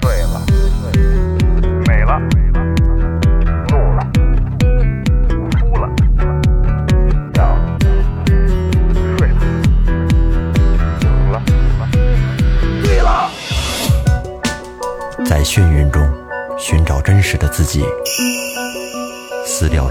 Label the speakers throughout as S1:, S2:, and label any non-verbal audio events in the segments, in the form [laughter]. S1: 醉了，美了，怒了，哭了，笑了，睡了，醒了，醉了。
S2: 在眩晕中寻找真实的自己，撕掉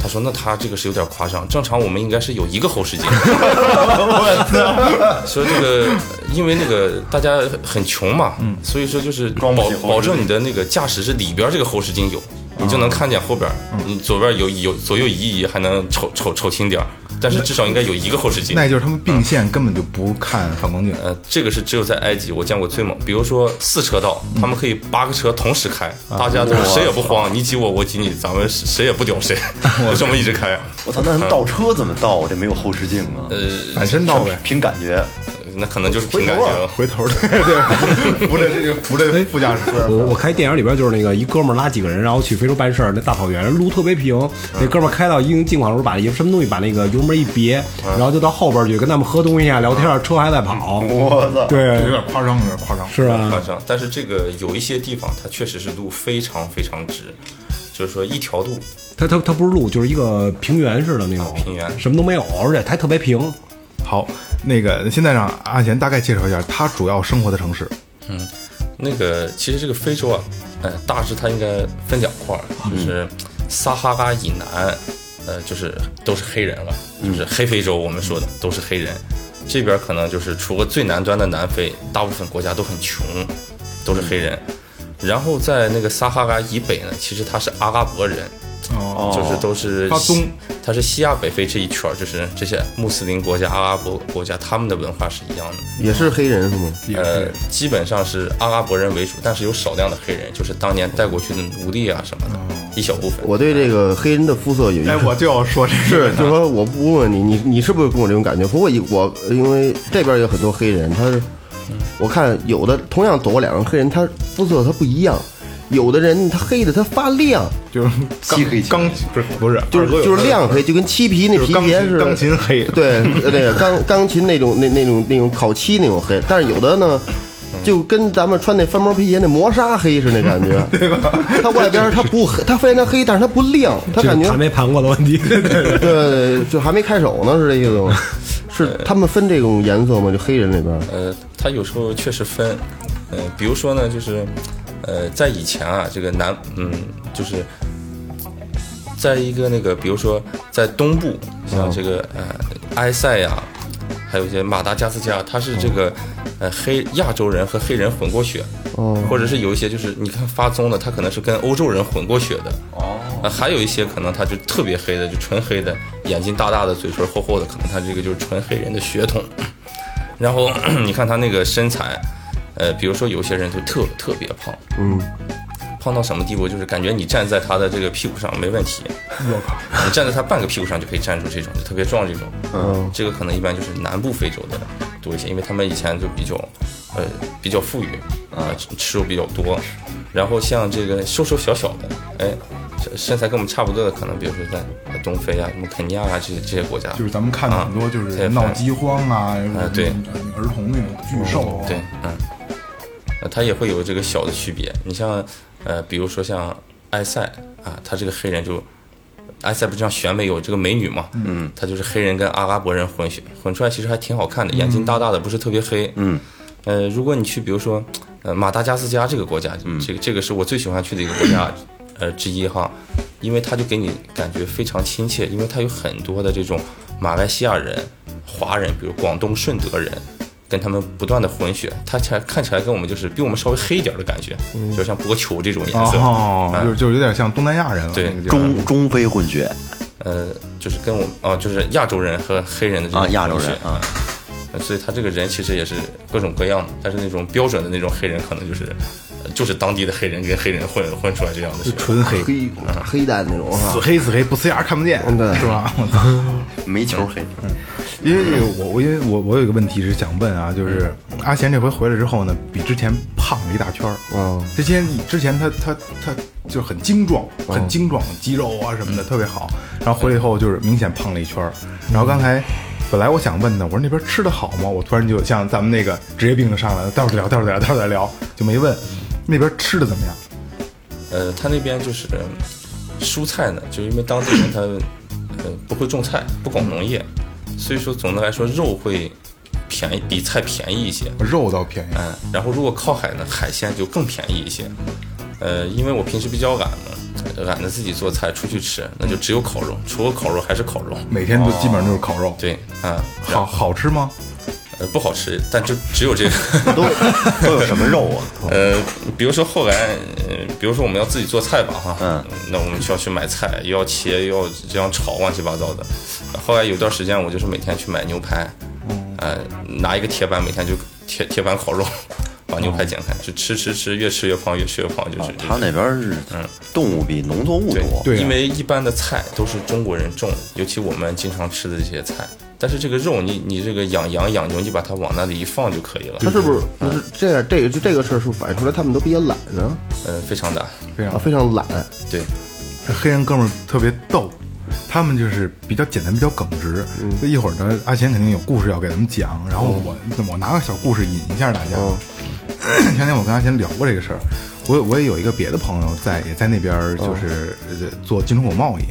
S3: 他说：“那他这个是有点夸张，正常我们应该是有一个后视
S4: [laughs]
S3: 镜。”说这个，因为那个大家很穷嘛，所以说就是保
S4: 装嗯不起后视镜
S3: 保证你的那个驾驶是里边这个后视镜有，你
S4: 啊
S3: 就能看见后边儿，
S4: 嗯
S3: 你左边有有左右移移还能瞅瞅瞅清点儿，但是至少应该有一个后视镜。
S5: 那也就是他们并线根本就不看反光镜，
S3: 呃，这个是只有在埃及我见过最猛，比如说四车道，他们可以八个车同时开，大家都谁也不慌，你挤我，我挤你，咱们谁谁也不屌谁，就这么一直开啊。
S4: 我操，那他们倒车怎么倒？我这没有后视镜啊，
S3: 呃
S5: 反身倒呗，
S4: 凭感觉。
S3: 那可能就是凭呃感觉了。
S5: 回头对对，扶着这个扶着副驾驶。
S6: 我我看一电影里边就是那个一哥们儿拉几个人，然后去非洲办事儿，那大草原路特别平，那哥们儿开到一定境况的时候，把一什么东西把那个油门一别，然后就到后边去跟他们喝东西啊、聊天，啊，车还在跑。
S4: 我操！
S5: 有
S6: 对，
S5: 点夸张，有点夸张。
S6: 呃是啊，
S3: 夸张，但是这个有一些地方它确实是路非常非常直，就是说一条路，
S6: 它它它不是路，就是一个平原似的那种，
S3: 平原
S6: 什么都没有，而且还特别平。
S5: 好，那个现在让阿贤大概介绍一下他主要生活的城市。
S3: 那个其实这个非洲啊，呃，大致它应该分两块儿，
S5: 嗯
S3: 就是撒哈拉以南，呃，就是都是黑人了，
S5: 嗯
S3: 就是黑非洲，我们说的都是黑人。这边可能就是除了最南端的南非，大部分国家都很穷，都是黑人。
S5: 嗯
S3: 然后在那个撒哈拉以北呢，其实它是阿拉伯人，
S5: 哦，
S3: 就是都是
S5: 巴
S3: 西
S5: 东，
S3: 它是西亚北非这一圈儿，就是这些穆斯林国家、阿拉伯国家，他们的文化是一样的。
S7: 也是黑人是吗？
S3: 呃，基本上是阿拉伯人为主，但是有少量的黑人，就是当年带过去的奴隶啊什么的，
S7: 哦
S3: 一小部分。
S7: 我对这个黑人的肤色有一
S5: [laughs] 哎，我就要说这
S7: 是啊
S5: 是，
S7: 就是说我不问你，你你是不是跟我这种感觉？不过一我因为这边有很多黑人，他是我看有的同样走过两个黑人，他肤色他不一样，有的人他黑的他发亮，
S5: 就是
S4: 漆黑漆黑
S5: 钢不是不是，
S7: 就
S5: 二哥
S7: 是
S5: 有
S7: 就是亮黑，就跟漆皮那
S5: 就是
S7: 皮
S5: 钢
S7: 鞋
S5: 琴
S7: 似的。
S5: 钢琴黑，
S7: 对，呃那个钢钢琴那种那那种那种烤漆那种黑，但是有的呢，
S5: 嗯
S7: 就跟咱们穿那翻毛皮鞋那磨砂黑是那
S5: [laughs]
S7: 感觉，对吧？它外边它不黑，它非常黑，但是它不亮，它
S6: 这
S7: 感
S6: 是
S7: 觉
S6: 盘没盘过的问题。 [laughs]
S7: 对，就还没开手呢，是这意思吗？是他们分这种颜色吗？就黑人里边，
S3: 呃，它有时候确实分，呃，比如说呢，就是，呃，在以前啊，这个南，嗯，就是，在一个那个，比如说在东部，像这个呃埃塞呀、还有一些马达加斯加，它是这个呃黑亚洲人和黑人混过血，
S7: 哦
S3: 或者是有一些就是你看发棕的，他可能是跟欧洲人混过血的，哦、还有一些可能他就特别黑的，就纯黑的，眼睛大大的，嘴唇厚厚的，可能他这个就是纯黑人的血统。然后 [clears throat] 你看他那个身材，呃，比如说有些人就特特别胖，
S7: 嗯，
S3: 胖到什么地步？就是感觉你站在他的这个屁股上没问题，
S5: 我靠，
S3: 你站在他半个屁股上就可以站住这种，就特别壮这种。
S7: 嗯，
S3: 这个可能一般就是南部非洲的多一些，因为他们以前就比较，呃，比较富裕，啊、
S5: 嗯
S3: 吃吃肉比较多。然后像这个瘦瘦小小的，哎，身身材跟我们差不多的，可能比如说在呃东非啊、什么肯尼亚啊这些这些国家，
S5: 就是咱们看的很多就是
S3: 对
S5: 闹饥荒啊，
S3: 哎对
S5: 儿童那种巨兽，啊
S3: 对，，嗯，呃，它也会有这个小的区别。你像，呃，比如说像埃塞啊，他这个黑人就，埃塞不是像选美有这个美女嘛，嗯，他就是黑人跟阿拉伯人混血混出来，其实还挺好看的，眼睛大大的，不是特别黑，嗯，呃，如果你去比如说，呃，马达加斯加这个国家，这个这个是我最喜欢去的一个国家，呃之一哈，因为它就给你感觉非常亲切，因为它有很多的这种马来西亚人、华人，比如广东顺德人，跟他们不断的混血，他才看起来跟我们就是比我们稍微黑一点的感觉，就像波球这种颜色，
S5: 哦，
S3: 嗯
S5: 就是就是有点像东南亚人了，
S3: 对
S5: 那个地方
S4: 中中非混血
S3: 呃，就是跟我们啊，就是亚洲人和黑人的这种
S4: 啊，亚洲
S3: 混
S4: 人
S3: 血
S4: 啊，
S3: 呃所以他这个人其实也是各种各样的，但是那种标准的那种黑人可能就是。呃就是当地的黑人跟黑人混混出来这样
S4: [laughs]
S3: 的血，
S5: 纯黑，
S7: 黑黑蛋那种啊
S5: 死，黑死黑，不呲牙看不见，
S7: 对
S5: 是吧？我操！
S4: 煤球黑，
S5: 因为我我因为我我有一个问题是想问啊，就是阿贤这回回来之后呢，比之前胖了一大圈儿。
S7: 嗯，
S5: 之前之前他他他就是很精壮，很精壮，肌肉啊什么的特别好。然后回来以后就是明显胖了一圈儿。然后刚才本来我想问的，我说那边吃的好吗？我突然就像咱们那个职业病就上来了，待会儿再聊，待会儿再聊，待会儿再聊，就没问那边吃的怎么样。
S3: 呃，他那边就是呃蔬菜呢，就因为当地人他呃不会种菜，不搞农业，所以说总的来说肉会便宜，比菜便宜一些。
S5: 肉倒便宜，
S3: 嗯，然后如果靠海呢，海鲜就更便宜一些。呃，因为我平时比较懒嘛，懒得自己做菜出去吃，那就只有烤肉，除了烤肉还是烤肉。
S5: 每天都基本上就是烤肉。，
S3: 对，啊、
S5: 好好吃吗？
S3: 呃，不好吃，但就只有这个。
S4: [laughs] 都都有什么肉啊？
S3: [laughs] 呃，比如说后来，呃，比如说我们要自己做菜吧，哈，
S4: 嗯，
S3: 那我们需要去买菜，又要切，又要这样炒，乱七八糟的。后来有段时间，我就是每天去买牛排，
S4: 嗯
S3: 呃，拿一个铁板，每天就铁铁板烤肉，把
S4: 哦
S3: 牛排剪开，就吃吃吃，越吃越胖，越吃越胖，就是、嗯
S4: 他那边是动物比农作物
S3: 对
S4: 多，
S5: 对啊
S3: 因为一般的菜都是中国人种，尤其我们经常吃的这些菜。但是这个肉你，你这个养羊养牛，你把它往那里一放就可以了
S7: 他。是不是不是这样？这个就这个事儿是不是反映出来他们都比较懒呢？
S3: 嗯，非常大，
S5: 非常
S7: 啊，非常懒。
S3: 对。
S5: 这黑人哥们儿特别逗，他们就是比较简单，比较耿直。所以一会儿呢，阿贤肯定有故事要给他们讲，然后我、我拿个小故事引一下大家。 [clears throat] 前天我跟阿贤聊过这个事儿，我有我也有一个别的朋友在也在那边儿，就是、呃做进出口贸易。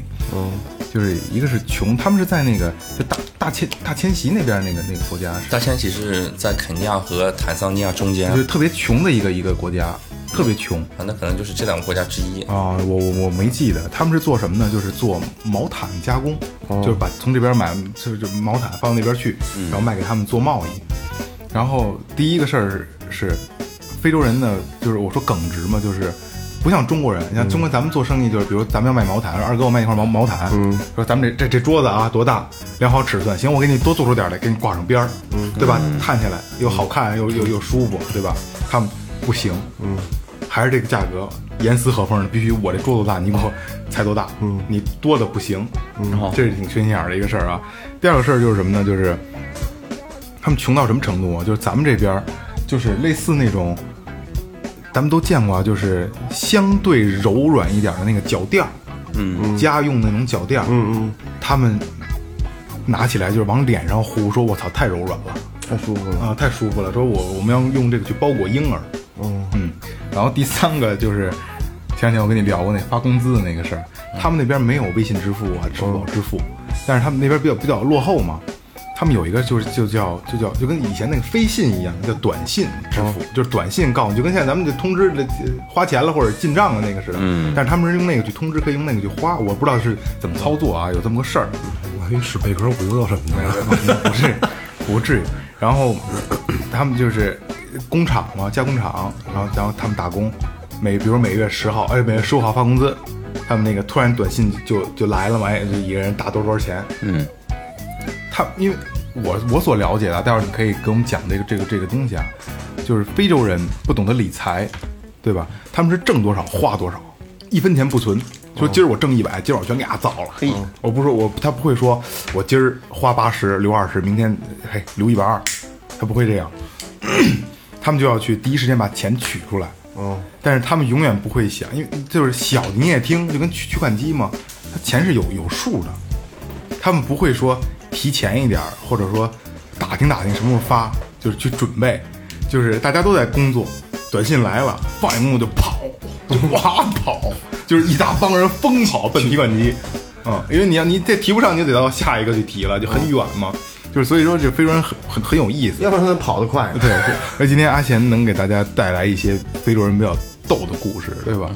S5: 就是一个是穷，他们是在那个就大大迁大迁徙那边儿那个那个国家是
S3: 大迁徙是在肯尼亚和坦桑尼亚中间，
S5: 就是特别穷的一个一个国家，特别穷。
S3: 啊，那可能就是这两个国家之一。
S5: 啊、我我我没记得，他们是做什么呢？就是做毛毯加工，就是把从这边买，就是就毛毯放到那边去，然后卖给他们做贸易。然后第一个事儿是，非洲人呢，就是我说耿直嘛，就是不像中国人，你像中国咱们做生意就是，比如咱们要卖毛毯，说二哥我卖一块毛毛毯，说咱们这这这桌子啊多大，量好尺寸，行，我给你多做出点来，给你挂上边儿，对吧？看起来又好看又又又舒服，对吧？他们不行，嗯，还是这个价格。严丝合缝的，必须我这桌子大，你给我裁多大，嗯，你多的不行，嗯，这是挺缺心眼儿的一个事儿啊。第二个事儿就是什么呢？就是他们穷到什么程度啊？就是咱们这边儿，就是类似那种，咱们都见过啊，就是相对柔软一点的那个脚垫儿，嗯，家用那种脚垫儿，嗯嗯，他们拿起来就是往脸上呼，说我操，太柔软了。
S7: 太舒服了，
S5: 啊，太舒服了。说我我们要用这个去包裹婴儿。嗯，然后第三个就是前两天我跟你聊过那发工资的那个事儿，
S7: 嗯
S5: 他们那边没有微信支付啊、支付宝支付，但是他们那边比较比较落后嘛。他们有一个就是就叫就叫就跟以前那个飞信一样，叫短信支付，
S7: 嗯
S5: 就是短信告诉你，就跟现在咱们这通知的呃花钱了或者进账的那个似的。嗯，但是他们是用那个去通知，可以用那个去花，我不知道是怎么操作啊，有这么个事儿。
S6: 我还以为是贝壳骨头什么的呢。
S5: 不至于，不至于。然后他们就是工厂嘛，加工厂，然后然后他们打工，每比如每月十号，哎，每月十五号发工资，他们那个突然短信就就来了嘛，哎，就一个人打多少多少钱，
S4: 嗯，
S5: 他因为我我所了解的，待会儿你可以给我们讲这个这个这个东西啊，就是非洲人不懂得理财，对吧？他们是挣多少花多少，一分钱不存。说今儿我挣一百，今儿我全给他造了。嘿，我不说我他不会说，我今儿花八十留二十，明天嘿留一百二，他不会这样。 [clears throat] 他们就要去第一时间把钱取出来。嗯，但是他们永远不会想，因为就是小的你也听，就跟取取款机嘛，他钱是有有数的。他们不会说提前一点儿，或者说打听打听什么时候发，就是去准备，就是大家都在工作，短信来了，放下工作就跑，就哇跑，就是一大帮人疯跑奔提款
S7: [laughs]
S5: 机，啊、因为你要你这提不上，你就得到下一个去提了，就很远嘛，就是所以说这非洲人很很很有意思，
S7: 要不然他们跑得快。
S5: 对，对那今天阿贤能给大家带来一些非洲人比较逗的故事，对吧？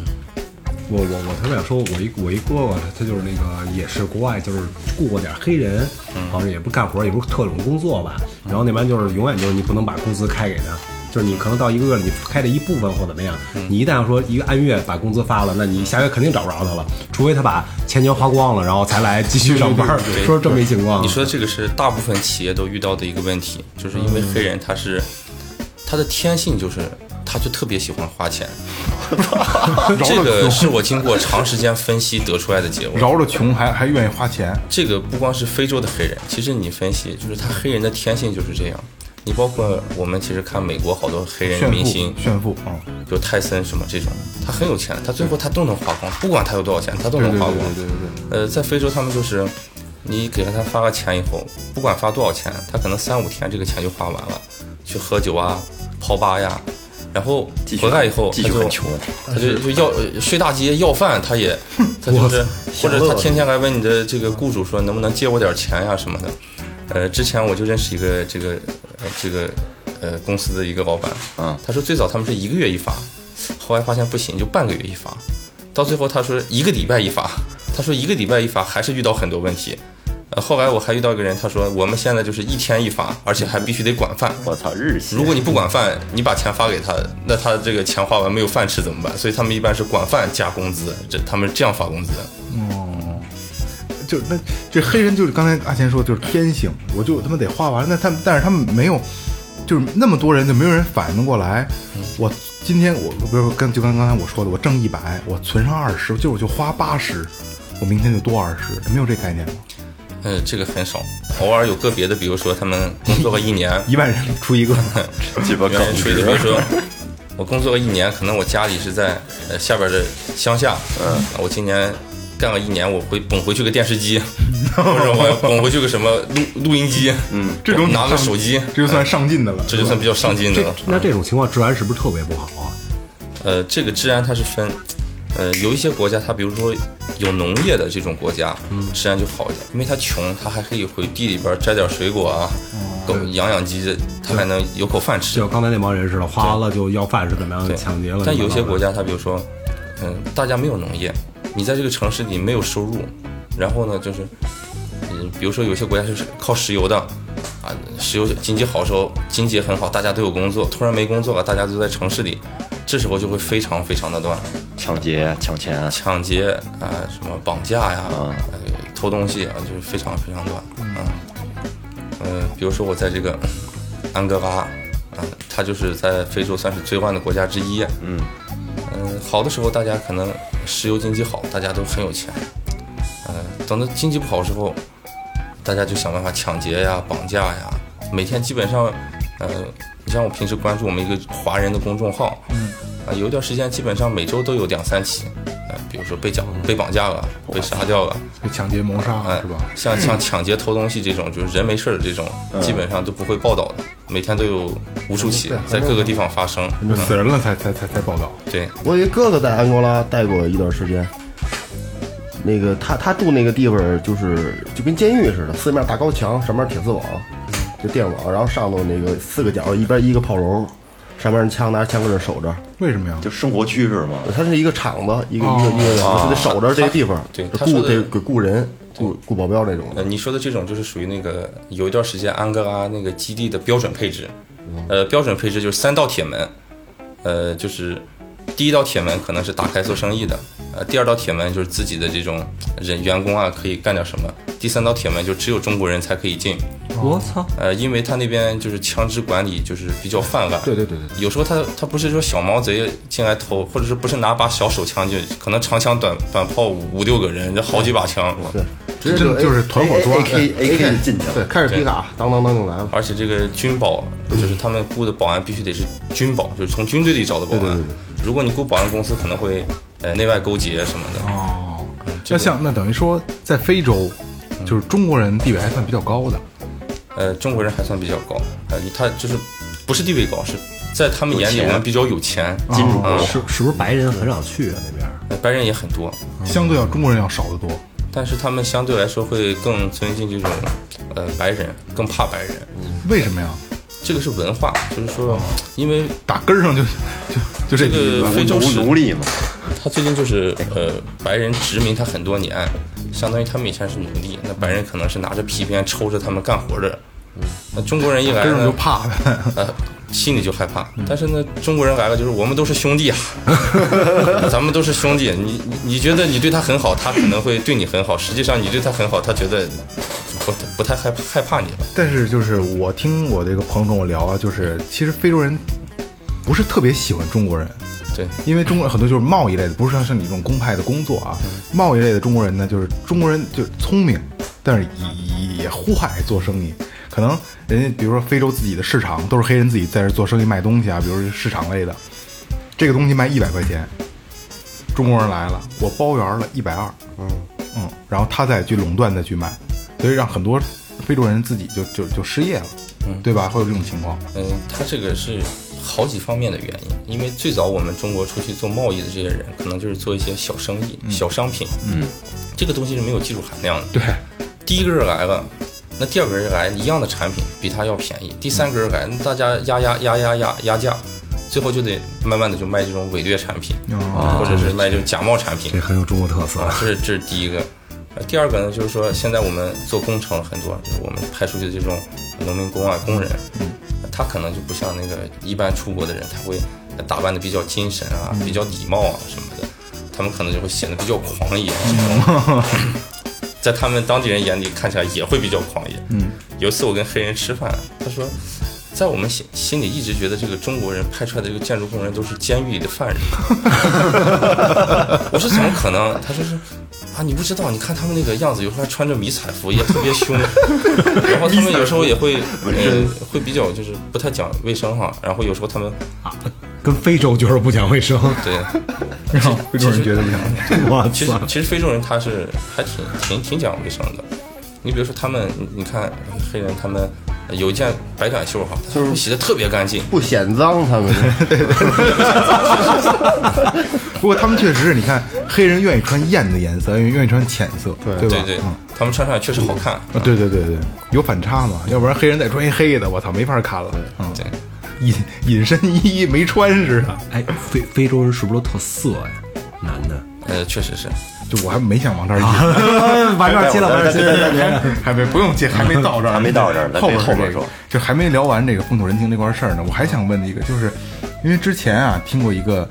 S6: 我我我特别想说，我一我一哥哥，他就是那个也是国外，就是雇过点黑人，
S3: 嗯
S6: 好像也不干活，也不是特种工作吧。然后那边就是永远就是你不能把工资开给他，就是你可能到一个月你开了一部分或怎么样，
S3: 嗯
S6: 你一旦要说一个按月把工资发了，那你下月肯定找不着他了，除非他把钱全花光了，然后才来继续上班。说是这么一情况，
S3: 你说这个是大部分企业都遇到的一个问题，就是因为黑人他是他的天性就是。他就特别喜欢花钱，嗯这个是我经过长时间分析得出来的结果。
S5: 饶了穷还还愿意花钱，
S3: 这个不光是非洲的黑人，其实你分析，就是他黑人的天性就是这样。你包括我们其实看美国好多黑人
S5: 炫
S3: 明
S5: 富
S3: 星，
S5: 炫富啊！
S3: 有泰森什么这种，他很有钱，他最后他都能花光，不管他有多少钱，他都
S5: 对
S3: 能
S5: 对
S3: 花
S5: 对
S3: 光。
S5: 对对对，
S3: 呃，在非洲他们就是，你给了他发了钱以后，不管发多少钱，他可能三五天这个钱就花完了，去喝酒啊、泡吧呀，然后
S4: 继续
S3: 回来以后
S4: 继
S3: 他
S4: 续
S3: 就
S4: 很穷，
S3: 他就就要呃睡大街要饭，他 [laughs] 也他就是或者他天天来问你的这个雇主说能不能借我点钱呀、什么的。呃，之前我就认识一个这个呃这个呃公司的一个老板，
S4: 嗯
S3: 他说最早他们是一个月一发，后来发现不行，就半个月一发，到最后他说一个礼拜一发，他说一个礼拜一发还是遇到很多问题。呃，后来我还遇到一个人，他说我们现在就是一天一发，而且还必须得管饭。
S4: 我操，日系
S3: 如果你不管饭，你把钱发给他，那他这个钱花完没有饭吃怎么办？所以他们一般是管饭加工资，这他们是这样发工资。
S5: 就是那这黑人就是刚才阿钱说就是天性，我就他妈得花完。那他们但是他们没有，就是那么多人就没有人反应过来。我今天我比如说跟就跟刚才我说的，我挣一百，我存上二十，就是我就花八十，我明天就多二十，没有这概念吗？
S3: 嗯，这个很少，偶尔有个别的，比如说他们工作个一年，
S5: 一万人里出一个，
S4: 鸡巴
S3: 原来
S4: 耿
S3: 吹的，
S4: 直
S3: 比，如 [laughs] 说我工作个一年，可能我家里是在呃下边的乡下，嗯，我今年干了一年，我回捧回去个电视机， [laughs] 或者我捧回去个什么录录音机，嗯，
S5: [laughs] 这种
S3: 拿个手机，哎
S5: 这就算上进的了。
S3: 这就算比较上进的了。啊
S6: 那这种情况治安是不是特别不好啊？
S3: 呃，这个治安它是分，呃，有一些国家它比如说有农业的这种国家，
S6: 嗯
S3: 治安就好一点，因为它穷，它还可以回地里边摘点水果啊，
S6: 哦
S3: 狗养养鸡，这它还能有口饭吃
S6: 就。刚才那帮人似的，花完了就要饭是怎么样
S3: 对，
S6: 抢劫了？
S3: 但有些国
S6: 家
S3: 家它比如说，嗯、大家没有农业，你在这个城市里没有收入，然后呢就是，嗯、比如说有些国家是靠石油的。啊，石油经济好时候，经济也很好，大家都有工作。突然没工作了，大家都在城市里，这时候就会非常非常的乱。
S4: 抢劫抢钱，
S3: 抢劫啊、呃什么绑架呀、呃，偷东西啊，就是非常非常乱。嗯，呃，比如说我在这个 [coughs] 安哥拉，啊、它就是在非洲算是最乱的国家之一。嗯，呃，好的时候大家可能石油经济好，大家都很有钱。呃，等到经济不好的时候，大家就想办法抢劫呀、绑架呀，每天基本上，呃，你像我平时关注我们一个华人的公众号，嗯，啊、有一段时间基本上每周都有两三起，呃，比如说被绑
S5: 嗯
S3: 被绑架了、被杀掉了，
S5: 被抢劫谋杀
S3: 哎、
S5: 啊是吧？
S3: 像像抢劫、偷东西这种，就是人没事儿的这种，
S5: 嗯
S3: 基本上都不会报道的，每天都有无数起在各个地方发生，嗯
S5: 就死人了才才才才报道。
S3: 对。
S7: 我有一哥哥在安哥拉待过一段时间，那个他他住那个地方就是就跟监狱似的，四面大高墙，上面铁丝网，就电网，然后上头那个四个角，一边一个炮楼，上面人枪拿枪搁这守着。
S5: 为什么呀？
S4: 就生活趋势嘛，
S7: 它是一个厂子，一个一个一个，就得守着这个地方，
S3: 对
S7: 就
S3: 啊他
S7: 雇
S3: 说的
S7: 得给雇人，雇雇保镖那种
S3: 呃，
S7: 的。
S3: 你说的这种就是属于那个有一段时间安哥拉那个基地的标准配置，
S5: 嗯
S3: 呃，标准配置就是三道铁门，呃，就是第一道铁门可能是打开做生意的，呃，第二道铁门就是自己的这种人员工啊可以干点什么，第三道铁门就只有中国人才可以进，
S5: 哦
S6: 我操，
S3: 呃，因为他那边就是枪支管理就是比较泛滥，
S5: 对对对对，
S3: 有时候他他不是说小毛贼进来偷，或者是不是拿把小手枪就可能长枪短短炮五五六个人，这好几把枪，
S7: 直接
S5: 真的就是团伙抓
S7: A K A K
S3: 嗯
S4: 进去了
S7: 对，开着皮卡，当当当就来了。
S3: 而且这个军保就是他们雇的保安必须得是军保，就是从军队里找的保安。如果你雇保安公司，可能会呃内外勾结什么的。
S5: 哦，那像那等于说，在非洲，就是中国人地位还算比较高的，
S3: 呃，中国人还算比较高，呃，他就是不是地位高，是在他们眼里
S4: 有
S3: 我
S4: 钱哦
S3: 们比较有钱，
S5: 金主
S3: 嗯
S6: 是是不是白人很少去啊那边？
S3: 呃白人也很多，
S5: 相对要中国人要少得多。
S3: 但是他们相对来说会更尊敬这种呃白人，更怕白人。
S5: 为什么呀？
S3: 这个是文
S4: 哦
S3: 化，就是说，因为
S5: 打根儿上就就就这
S3: 这
S5: 个
S3: 个
S4: 奴
S3: 非洲
S4: 奴
S3: 是
S4: 奴隶嘛，
S3: 他最近就是呃，白人殖民他很多年，相当于他们以前是奴隶，那白人可能是拿着皮鞭抽着他们干活的。那中国人一来
S5: 这种
S3: 呢
S5: 就，怕呗。嗯
S3: 呃，心里就害怕。但是呢，中国人来了就是我们都是
S5: [laughs]
S3: 兄弟啊，咱们都是兄弟。你你你觉得你对他很好，他可能会对你很好；实际上你对他很好，他觉得不不太害害怕你了。
S5: 但是就是我听我这个朋友跟我聊啊，就是其实非洲人不是特别喜欢中国人，
S3: 对，
S5: 因为中国人很多就是贸易类的，不是像是你这种公派的工作啊。贸易类的中国人呢，就是中国人就是聪明，但是也也呼海做生意。可能人家比如说非洲自己的市场都是黑人自己在这做生意卖东西啊，比如市场类的，这个东西卖一百块钱，中国人来了，我包圆了一百二，嗯嗯，然后他再去垄断再去卖，所以让很多非洲人自己就就就失业了，嗯，对吧？会有这种情况，
S3: 嗯，它这个是好几方面的原因，因为最早我们中国出去做贸易的这些人，可能就是做一些小生意、小商品，嗯，这个东西是没有技术含量的。
S5: 对，
S3: 第一个人来了，那第二个人来一样的产品比他要便宜，第三个人来，那大家压压压压压压价，最后就得慢慢的就卖这种伪劣产品，
S5: 哦
S3: 或者是卖这种假冒产品
S6: 啊这，很有中国特色。
S3: 啊，这是这是第一个。呃第二个呢，就是说现在我们做工程很多，就是我们派出去的这种农民工啊、工人，
S6: 嗯
S3: 他可能就不像那个一般出国的人，他会打扮的比较精神
S6: 嗯
S3: 啊、比较礼貌啊什么的，他们可能就会显得比较狂野，啊
S6: [laughs]
S3: 在他们当地人眼里看起来也会比较狂野。嗯，有一次我跟黑人吃饭，他说。在我们心心里一直觉得这个中国人派出来的这个建筑工人都是监狱里的犯人，我说怎么可能？他说是啊，你不知道，你看他们那个样子，有时候还穿着迷彩服，也特别凶。然后他们有时候也会呃会比较就是不太讲卫生哈，然后有时候他们
S6: 跟非洲就是不讲卫生，
S3: 对，
S5: 让 [laughs] 非洲人觉得不行。
S6: 我
S3: 其实
S6: 操！
S3: 其实非洲人他是还挺挺挺讲卫生的。你比如说他们，你你看黑人他们有一件白短袖哈，他们洗的特别干净，
S7: 不显脏，他们
S5: 不过他们确实是，你看黑人愿意穿艳的颜色，愿意愿意穿浅色，对对
S3: 对
S5: 吧？
S3: 对
S5: 嗯，
S3: 他们穿上确实好看。
S5: 啊，对对对对，有反差嘛，要不然黑人再穿一黑的，我操，没法看了。嗯，
S3: 对，
S5: 隐隐身衣没穿似的，
S6: 哎，非非洲人是不是都特色呀？男的，
S3: 呃，确实是。
S5: 就我还没想往这儿引，
S6: 完这儿接了，完这儿接了，
S5: 还没不用接，还没到这儿，
S4: 还没到这儿
S5: 后边
S4: 咱这后边
S5: 这个
S4: 说，
S5: 就还没聊完这个风土人情这块事儿呢。我还想问一个，就是因为之前啊听过一个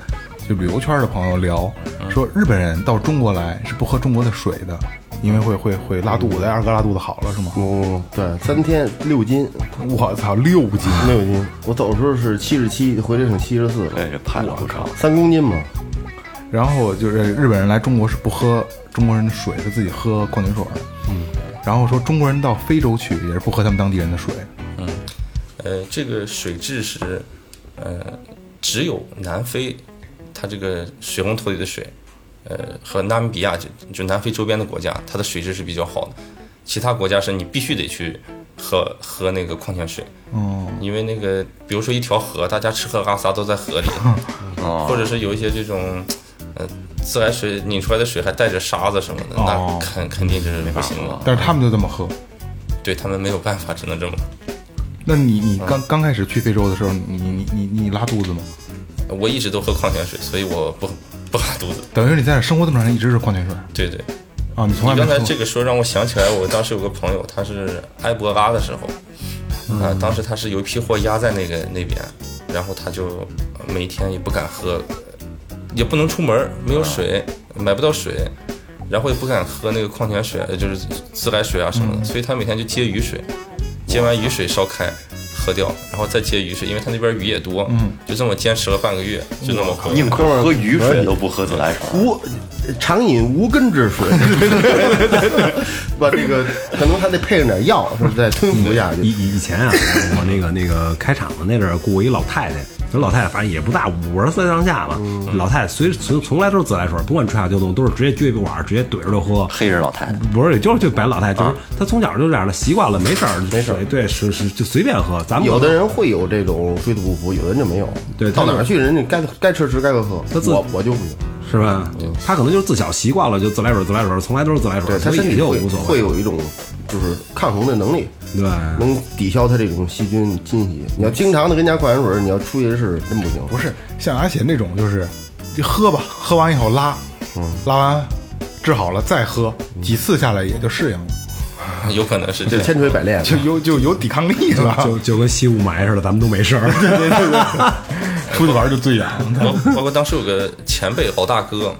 S5: 就旅游圈的朋友聊，说日本人到中国来是不喝中国的水的，因为会会会拉肚子，二哥拉肚子好了是吗？
S7: 嗯，对，三天六斤，
S5: 我操，六斤！
S7: 六斤。我走的时候是七十七，回来剩七十四，
S4: 哎，这拍了不少。
S7: 三公斤嘛。
S5: 然后就是日本人来中国是不喝中国人的水，他自己喝矿泉水。嗯，然后说中国人到非洲去也是不喝他们当地人的水。
S3: 呃，这个水质是，呃，只有南非，它这个水龙头里的水，呃，和纳米比亚就就南非周边的国家，它的水质是比较好的。其他国家是你必须得去喝喝那个矿泉水，
S5: 哦，
S3: 因为那个比如说一条河，大家吃喝拉撒都在河里，或者是有一些这种，呃，自来水拧出来的水还带着沙子什么的，
S5: 哦
S3: 那肯肯定是不行的。
S5: 但是他们就这么喝。
S3: 对他们没有办法，只能这么。
S5: 那你你刚刚开始去非洲的时候，你你你你拉肚子吗？
S3: 我一直都喝矿泉水，所以我不不拉肚
S5: [laughs]
S3: 子。
S5: 等于你在这生活这么长时间，一直是矿泉水
S3: 对对，
S5: 啊？你从来
S3: 你
S5: 没
S3: 刚才
S5: 喝过
S3: 这个说让我想起来，我当时有个朋友，他是埃博拉的时候，
S5: 嗯
S3: 啊、当时他是有一批货压在那个那边，然后他就呃每天也不敢喝，也不能出门，没有水，
S5: 嗯
S3: 买不到水，然后也不敢喝那个矿泉水，呃就是自来水啊什么
S5: 嗯
S3: 的，所以他每天就接雨水，接完雨水烧开。喝掉，然后再接雨水，因为他那边雨也多，嗯，就这么坚持了半个月，就那么喝。
S4: 宁可喝雨水都不喝自来水。
S7: 无常饮无根之水， [laughs] 把这个可能还得配上点药，是不是再吞服下去？
S6: 以以以前啊， [laughs] 我那个那个开厂子那阵儿雇我一老太太，那老太太反正也不大，五十岁上下吧。老太太随从从来都是自来水，不管春夏秋冬都是直接撅一管儿直接怼着就喝。
S4: 黑人老太太，
S6: 不是，就是就白老太太，就是她从小就这样的，习惯了，没事儿，没事儿，对，是是就随便喝。咱们
S7: 有的人会有这种水土不服，有的人就没有。
S6: 对
S7: 到
S6: 他
S7: 哪儿去人家该该吃吃该喝喝
S6: 他，自
S7: 我我就不行。
S6: 是吧？她可能就是自小习惯了，就自来水自来水，从来都是自来
S5: 啊
S6: 水，
S7: 对他
S6: 所以
S7: 身
S6: 也
S7: 体
S6: 就
S7: 会
S6: 无所
S7: 会
S6: 谓。
S7: 有一种就是抗衡的能力，
S6: 对，
S7: 能抵消他这种细菌侵袭。你要经常的跟人家灌完水，你要出去是真不行。
S5: 不是像阿贤这种，就是喝吧，喝完以后拉，拉完治好了再喝，几次下来也就适应了，
S3: 有可能是这样。
S7: 千锤百炼。
S5: 就有就有抵抗力了，
S6: 就就跟吸雾霾似的，咱们都没事儿。
S5: 出去玩就醉氧。
S3: 包包括当时有个前辈老大哥，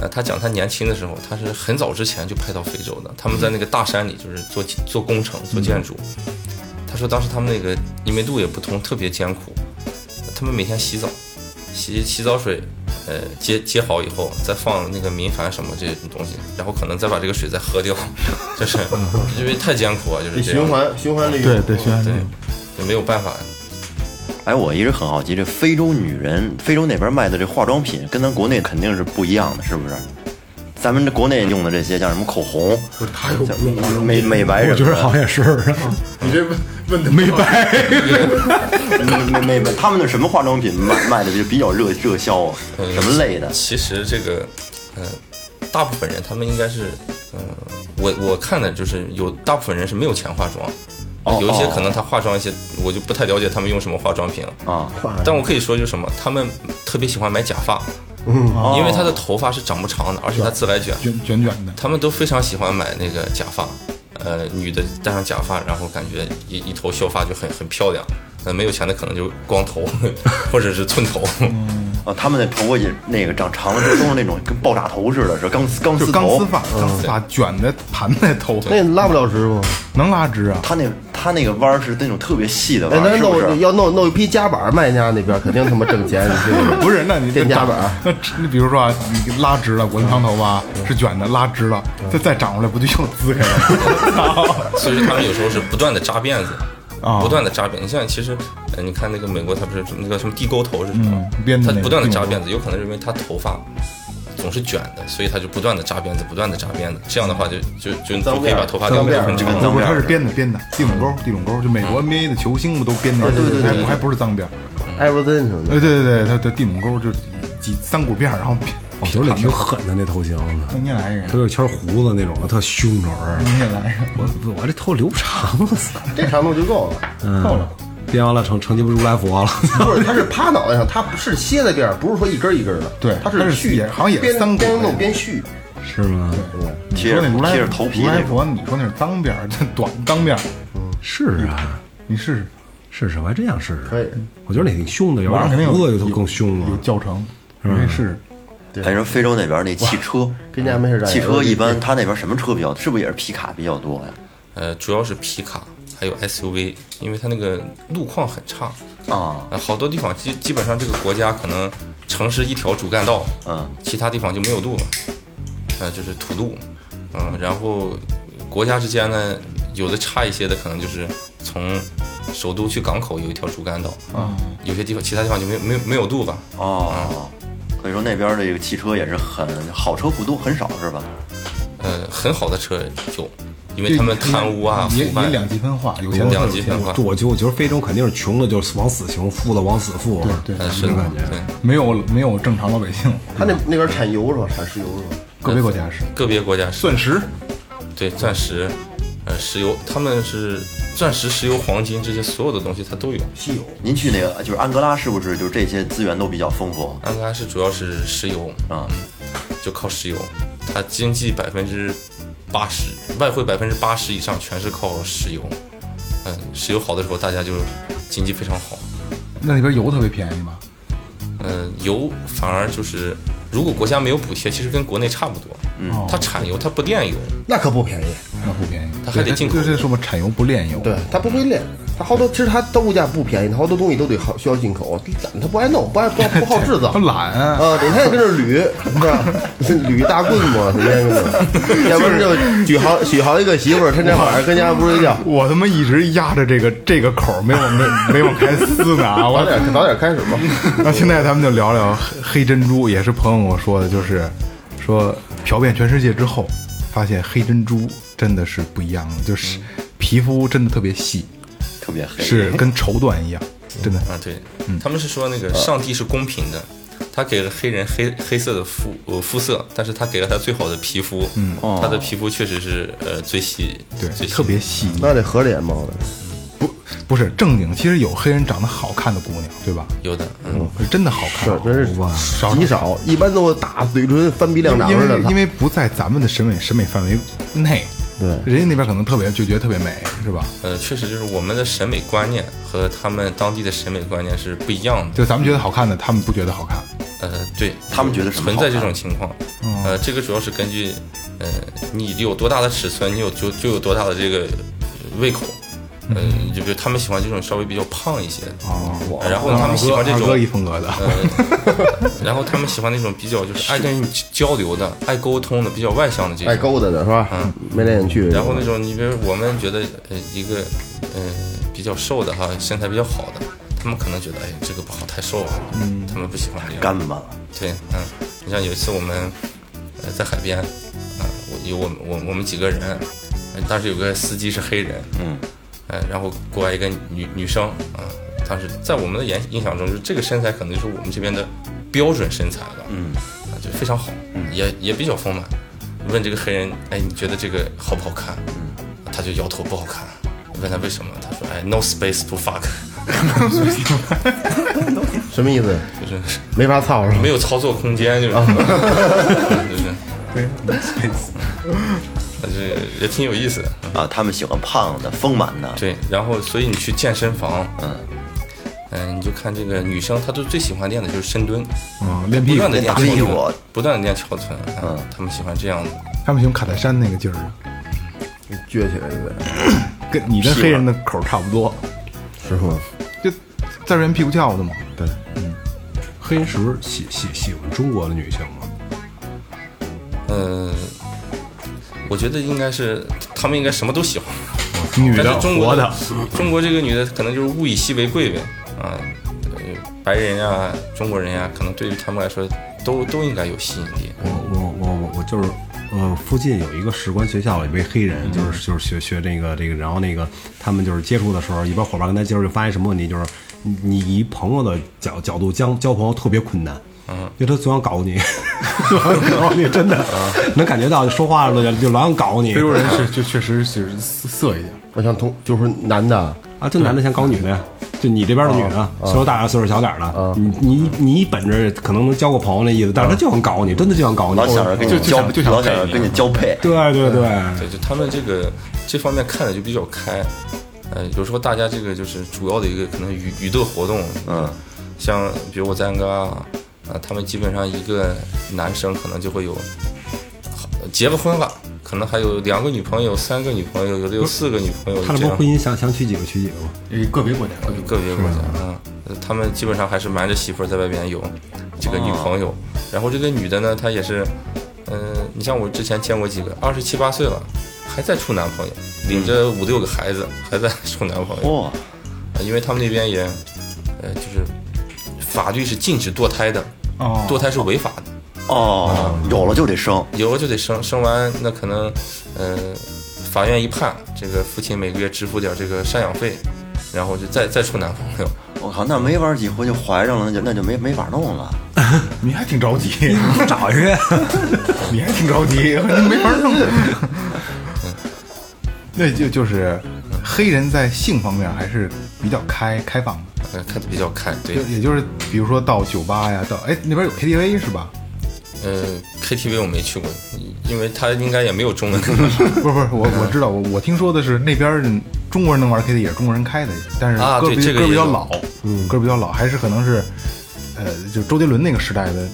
S3: 呃，他讲他年轻的时候，他是很早之前就派到非洲的。他们在那个大山里就是做做工程、做建筑。他说当时他们那个因为路也不通，特别艰苦。他们每天洗澡，洗洗澡水，呃，接接好以后，再放那个民矾什么这些东西，然后可能再把这个水再喝掉， [laughs] 就是因为太艰苦啊，就是这
S7: 循
S3: 样。
S7: 环嗯循环利用，
S5: 对对，宣
S3: 对
S5: 传，
S3: 就没有办法。
S4: 哎，我一直很好奇，这非洲女人，非洲那边卖的这化妆品，跟咱国内肯定是不一样的，是不是？咱们这国内用的这些像什么口红，
S6: 他有
S4: 像美美白什
S6: 我
S4: 么的，
S6: 觉得好像也是。
S5: 你这问问的没白，
S4: 美美美，他们那什么化妆品卖卖的就比较热热销啊？
S3: 嗯
S4: 什么类的？
S3: 其实这个，呃，大部分人他们应该是，嗯、我我看的就是有大部分人是没有钱化妆，
S4: 哦
S3: 有一些可能他化妆一些，我就不太了解他们用什么化妆品了。
S4: 啊，
S3: 但我可以说就是什么，他们特别喜欢买假发，
S4: 嗯
S3: 因为他的头发是长不长的，而且他自来卷，
S5: 卷卷卷的，
S3: 他们都非常喜欢买那个假发。呃，女的戴上假发，然后感觉一一头秀发就很很漂亮。呃，没有钱的可能就光头， [laughs] 或者是寸头。
S4: 啊，他们那头发也那个长长了之后都是那种跟爆炸头似的，是钢丝钢
S5: 就
S4: 丝
S5: 钢丝
S4: 头。
S5: 发，钢丝发卷的盘在头上，
S7: 那你拉不了直播。
S5: 能拉直啊？
S4: 他那他那个弯儿是那种特别细的
S7: 哎
S4: 弯，
S7: 那
S4: 儿，是不
S7: 弄
S4: 是？
S7: 要弄弄一批夹板儿，卖家那边肯定他妈
S5: [laughs]
S7: 挣钱，你知道吗？
S5: 不是，那你这
S7: 垫夹
S5: 长
S7: 板儿，
S5: 那那比如说啊，你拉直了，我那长头发是卷的，拉直了，再再长出来不就又滋开了？ [laughs]
S3: 所以说他们有时候是不断的扎辫子，
S5: 啊
S3: 不断的扎辫。你像其实，呃，你看那个美国，他不是那个什么地沟头是什么？
S5: 嗯编的
S3: 他
S5: 那个
S3: 不断的
S5: 地沟
S3: 扎
S5: 头
S3: 辫子，有可能是因为他头发总是卷的，所以他就不断的扎辫子，不断的扎辫子。这样的话就就就就可以把头发掉
S7: 辫
S3: 得
S7: 儿
S3: 很长
S4: 脏辫。
S5: 啊不，它是编的编的，地垄沟地垄沟，就美国 NBA 的球星不都编哦的？对对对，还不是脏辫儿。
S7: 艾弗森什么的，
S5: 哎，对对对，他的地垄沟就几三股辫儿，然后编
S6: 我觉得那挺狠的那头型，
S5: 那你来一
S6: 他
S5: 个，
S6: 有一圈胡子那种的，特凶着人。
S5: 你也来一
S6: 我我这头留长了，操！
S7: 这长度就够了。
S5: 个，够了。
S6: 编完了成成鸡巴如来佛 [laughs] 了。
S7: [laughs] 不是，它是趴脑袋上， [laughs] 它不是歇在辫儿，不是说一根儿一根儿的，
S5: 对
S7: 它
S5: 它
S7: 是
S5: 是
S7: 续，
S5: 也好像也是
S7: 边
S5: 三股嗯
S7: 边
S5: 那
S7: 弄
S5: 种
S7: 边续。
S6: 是吗？
S4: 贴着
S5: 说那如来
S4: 贴着头皮
S5: 如
S4: 那
S5: 来
S4: 种。
S5: 佛，你说那是脏辫儿，这短脏辫儿，
S6: 是啊，
S5: 你试试，
S6: 试试，我还真想试试。
S7: 可以，
S6: 我觉得那挺凶的，有
S5: 晚上肯定
S6: 点
S5: 有
S6: 胡子就更凶
S5: 有
S6: 了。
S5: 教程，你可以试试。
S4: 还说非洲那边那汽车，
S7: 跟家没事干。
S4: 汽车一般他那边什么车比较？是不是也是皮卡比较多呀？
S3: 呃，主要是皮卡还有 SUV，因为它那个路况很差，
S4: 啊，
S3: 呃，好多地方基基本上这个国家可能城市一条主干道，
S4: 嗯，
S3: 其他地方就没有路了，呃，就是土路，嗯、然后国家之间呢，有的差一些的可能就是从首都去港口有一条主干道，
S5: 啊，
S3: 有些地方其他地方就没有没有没有路吧，
S4: 哦，所以说那边这个汽车也是很好车不多，很少是吧？
S3: 呃，很好的车有，因为他们贪污啊、
S5: 也
S3: 腐败
S5: 也，两极分化，有钱
S3: 两极分化
S6: 就，我就我觉得非洲肯定是穷的，就是往死穷，富的往死富。
S5: 对
S3: 呃，是
S6: 这
S3: 的
S6: 种感觉，
S3: 对。
S5: 没有没有正常老百姓，
S7: 它那那边产油是吧？产石油是吧？
S5: 个别国家是
S3: 个别国家是
S5: 钻石，
S3: 对钻石，呃，石油，他们是钻石、石油、黄金这些所有的东西它都有。
S7: 稀有。
S4: 您去那个就是安哥拉，是不是就这些资源都比较丰富
S3: 安哥拉是主要是石油，
S4: 啊？
S3: 就靠石油，它经济百分之八十，外汇百分之八十以上全是靠石油。嗯，石油好的时候，大家就经济非常好。
S5: 那里边油特别便宜嘛，
S3: 嗯，油反而就是，如果国家没有补贴，其实跟国内差不多。嗯，它产油，它不炼油，
S7: 那可不便宜，
S5: 那不便宜，
S3: 它还得
S5: 对
S3: 进口
S5: 就是说嘛，产油不炼油，
S7: 对，它不会炼，它好多其实它的物价不便宜，它好多东西都得好需要进口，它不爱弄，不爱不不好制造
S5: 他。懒啊，
S7: 啊，整天跟这捋，是吧？捋大棍嘛，整天跟这，要不然就娶好娶好一个媳妇儿，天天晚上跟家不睡觉。
S5: 我他妈一直压着这个这个口儿没往没没往开撕
S7: [laughs]
S5: 呢啊！
S7: 早
S5: 我
S7: 点早点开始吧。
S5: 那现在咱们就聊聊黑黑珍珠，也是朋友跟我说的，就是说漂遍全世界之后，发现黑珍珠真的是不一样了，
S7: 嗯
S5: 就是皮肤真的特别细，
S4: 特别黑，
S5: 是跟绸缎一样，
S7: 嗯
S5: 真的。
S3: 啊，对，他们是说那个上帝是公平的，他给了黑人黑黑色的肤呃肤色，但是他给了他最好的皮肤，嗯，他的皮肤确实是呃最细，
S5: 对
S3: 最，细
S7: 嗯
S5: 特别细，
S7: 那得合脸毛的，
S5: 不是正经，其实有黑人长得好看的姑娘，对吧？
S3: 有的，嗯，
S5: 是真的好看，
S7: 这真是
S5: 少
S7: 极少，一般都大嘴唇翻鼻亮
S5: 因
S7: 长
S5: 为因
S7: 似
S5: 为
S7: 的。
S5: 因为不在咱们的审美审美范围内，
S7: 对
S5: 人家那边可能特别就觉得特别美，是吧？
S3: 呃，确实就是我们的审美观念和他们当地的审美观念是不一样的。
S5: 就咱们觉得好看的，他们不觉得好看。
S3: 呃，对
S4: 他们觉得什么
S3: 存
S4: 好
S3: 在这
S4: 看嗯
S3: 种情况，呃，这个主要是根据，呃，你有多大的尺寸，你有就就有多大的这个胃口，嗯、呃，就比如他们喜欢这种稍微比较胖一些的，
S5: 哦，
S3: 哎然后他们喜欢这
S5: 二哥一
S3: 种，
S5: 风格的，
S3: 呃，然后他们喜欢那种比较就是爱跟你交流的、爱沟通的、比较外向的这
S7: 爱
S3: 种，
S7: 勾搭的
S5: 嗯
S7: 是吧？眉来眼去。
S3: 然后那种你比如我们觉得呃一个呃比较瘦的哈，身材比较好的。他们可能觉得，哎，这个不好，太瘦了。嗯，他们不喜欢这样。
S4: 干巴。
S3: 对，嗯，你像有一次我们呃在海边，啊、我有我们我我们几个人，呃当时有个司机是黑人，嗯，呃，然后过来一个女女生，啊、当时在我们的眼印象中，就是这个身材可能就是我们这边的标准身材了，嗯，啊、就非常好，也也比较丰满。问这个黑人，哎，你觉得这个好不好看？他就摇头不好看。问他为什么，他说，哎，no space to fuck， [laughs]
S7: 什么意思？
S3: 就是
S7: 没法操是吧？
S3: 没有操作空间， [laughs] 就是，就是，但是也挺有意思的。
S4: 啊，他们喜欢胖的、丰满的，
S3: 对，然后所以你去健身房，嗯。嗯，你就看这个女生，她就最喜欢练的就是深蹲，
S5: 啊，练
S3: 不
S5: 屁股
S3: 断，的练
S4: 大屁
S3: 翘
S4: 股
S3: 臀，不断的练翘臀，嗯，她们喜欢这样的。
S5: 他们喜欢卡戴珊那个劲儿，
S7: 撅起来呗，
S5: 跟你跟黑人的口儿差不多，
S7: 是吗？
S5: 就在人屁股翘的嘛。对，
S6: 黑人是不是喜喜喜欢中国的女性吗？
S3: 嗯，我觉得应该是她们应该什么都喜欢，
S5: 女
S3: 但
S5: 的
S3: 是中
S5: 活
S3: 国
S5: 的，
S3: [laughs] 中国这个女的可能就是物以稀为贵呗，啊，呃白人啊，中国人呀、可能对于她们来说都都应该有吸引力。
S6: 我我我我我就是，呃，附近有一个士官学校，有一位黑人，就是
S4: 嗯
S6: 就是学学这个这个，然后那个他们就是接触的时候，一帮伙伴跟他接触就发现什么问题，就是你你以朋友的角角度交交朋友特别困难。嗯，因为他总想搞你， [laughs] 总想搞你，真的
S4: 嗯
S6: 能感觉到，就说话了就就老想搞你
S4: 哎
S5: 非洲人是就确实是色色一点。
S7: 我想同就是男的，
S6: 啊！就男的想搞女的呀，就你这边的女
S4: 哦
S6: 的，岁数大点岁数小点儿的，你你你本着可能能交个朋友那意思，但是他就想搞你，真的就想搞你
S4: 哦老。想着跟
S5: 哦就
S4: 你
S5: 就
S4: 交
S5: 想就，想
S4: 老想着跟你交配。
S6: 对对对，
S3: 对，就他们这个这方面看的就比较开，呃，有时候大家这个就是主要的一个可能娱娱乐活动，
S4: 嗯，
S3: 像比如我在安哥啊，呃，他们基本上一个男生可能就会有好结了婚了，可能还有两个女朋友、三个女朋友，有的有四个女朋友，
S6: 他这
S3: 这
S6: 不
S3: 样
S6: 婚姻想想娶几个娶几个吗？
S5: 个别国家，
S3: 个别国家，嗯，呃他们基本上还是瞒着媳妇儿在外边有这个女朋友，然后这个女的呢，她也是，嗯、你像我之前见过几个二十七八岁了，还在处男朋友，领着五六个孩子还在 [laughs] 处男朋友，
S4: 哇，
S3: 呃因为他们那边也，呃，就是法律是禁止堕胎的，
S5: 哦
S3: 堕胎是违法的，
S4: 哦，有了就得生，
S3: 有了就得生，生完那可能，呃，法院一判，这个父亲每个月支付点这个赡养费，然后就再再处男朋友。
S4: 我靠，那没法几回就怀上了，那就那就没没法弄了。
S5: 你还挺着急，
S6: 找一个。
S3: 啊
S5: [laughs] 你还挺着急，没法弄。 [laughs] 那就就是黑人在性方面还是比较开开放的，
S3: 呃，看的比较开，对
S5: 就，也就是比如说到酒吧呀，到哎那边有 KTV 是
S3: [laughs]
S5: 吧？
S3: 呃，KTV 我没去过，因为他应该也没有中文 [laughs] 歌。
S5: 不是不是，我我知道，我我听说的是那边儿人中国人能玩 KTV 也是中国人开的，但是
S3: 啊
S5: 歌
S3: 对
S5: 比
S3: 这个
S5: 歌
S3: 也
S5: 比较
S3: 有嗯
S5: 老，歌比较老，还是可能是呃就周杰伦那个时代的，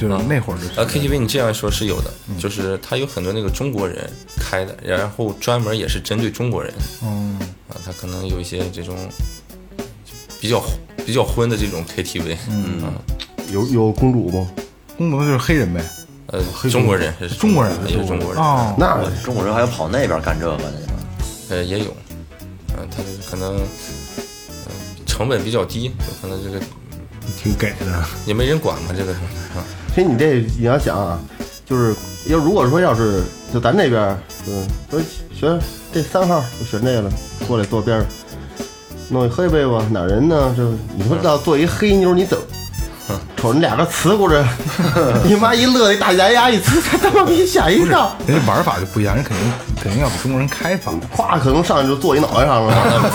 S5: 就就那会儿
S3: 啊
S5: 的。
S3: ，KTV 你这样说是有的，
S5: 嗯
S3: 就是他有很多那个中国人开的，然后专门也是针对中国人
S5: 嗯，
S3: 啊，他可能有一些这种比较比较昏的这种 KTV，嗯，啊、
S7: 有有公主吗？
S5: 工作就是黑人呗，
S3: 呃，中国人也是
S5: 中国人啊
S3: 也是中国人，
S5: 哦，
S7: 那
S4: 我中国人还要跑那边干这个呢。
S3: 呃，也有，嗯、他就是可能、呃成本比较低，有可能这个
S6: 挺给的。
S3: 也没人管嘛，这个啊，
S7: 其实你这你要想啊，就是要如果说要是就咱这边儿，嗯，说选这三号，我选这个了，过来坐边
S5: 嗯
S7: 上，弄一喝一杯吧，哪儿人呢？这你说要做一黑妞，你怎么？瞅你俩个呲咕着， [laughs] 你妈一乐，那大牙牙一呲，他妈逼吓一跳，
S5: 人家玩法就不一样，人肯定肯定要比中国人开放。
S7: 咵可能上去就坐你脑袋上了。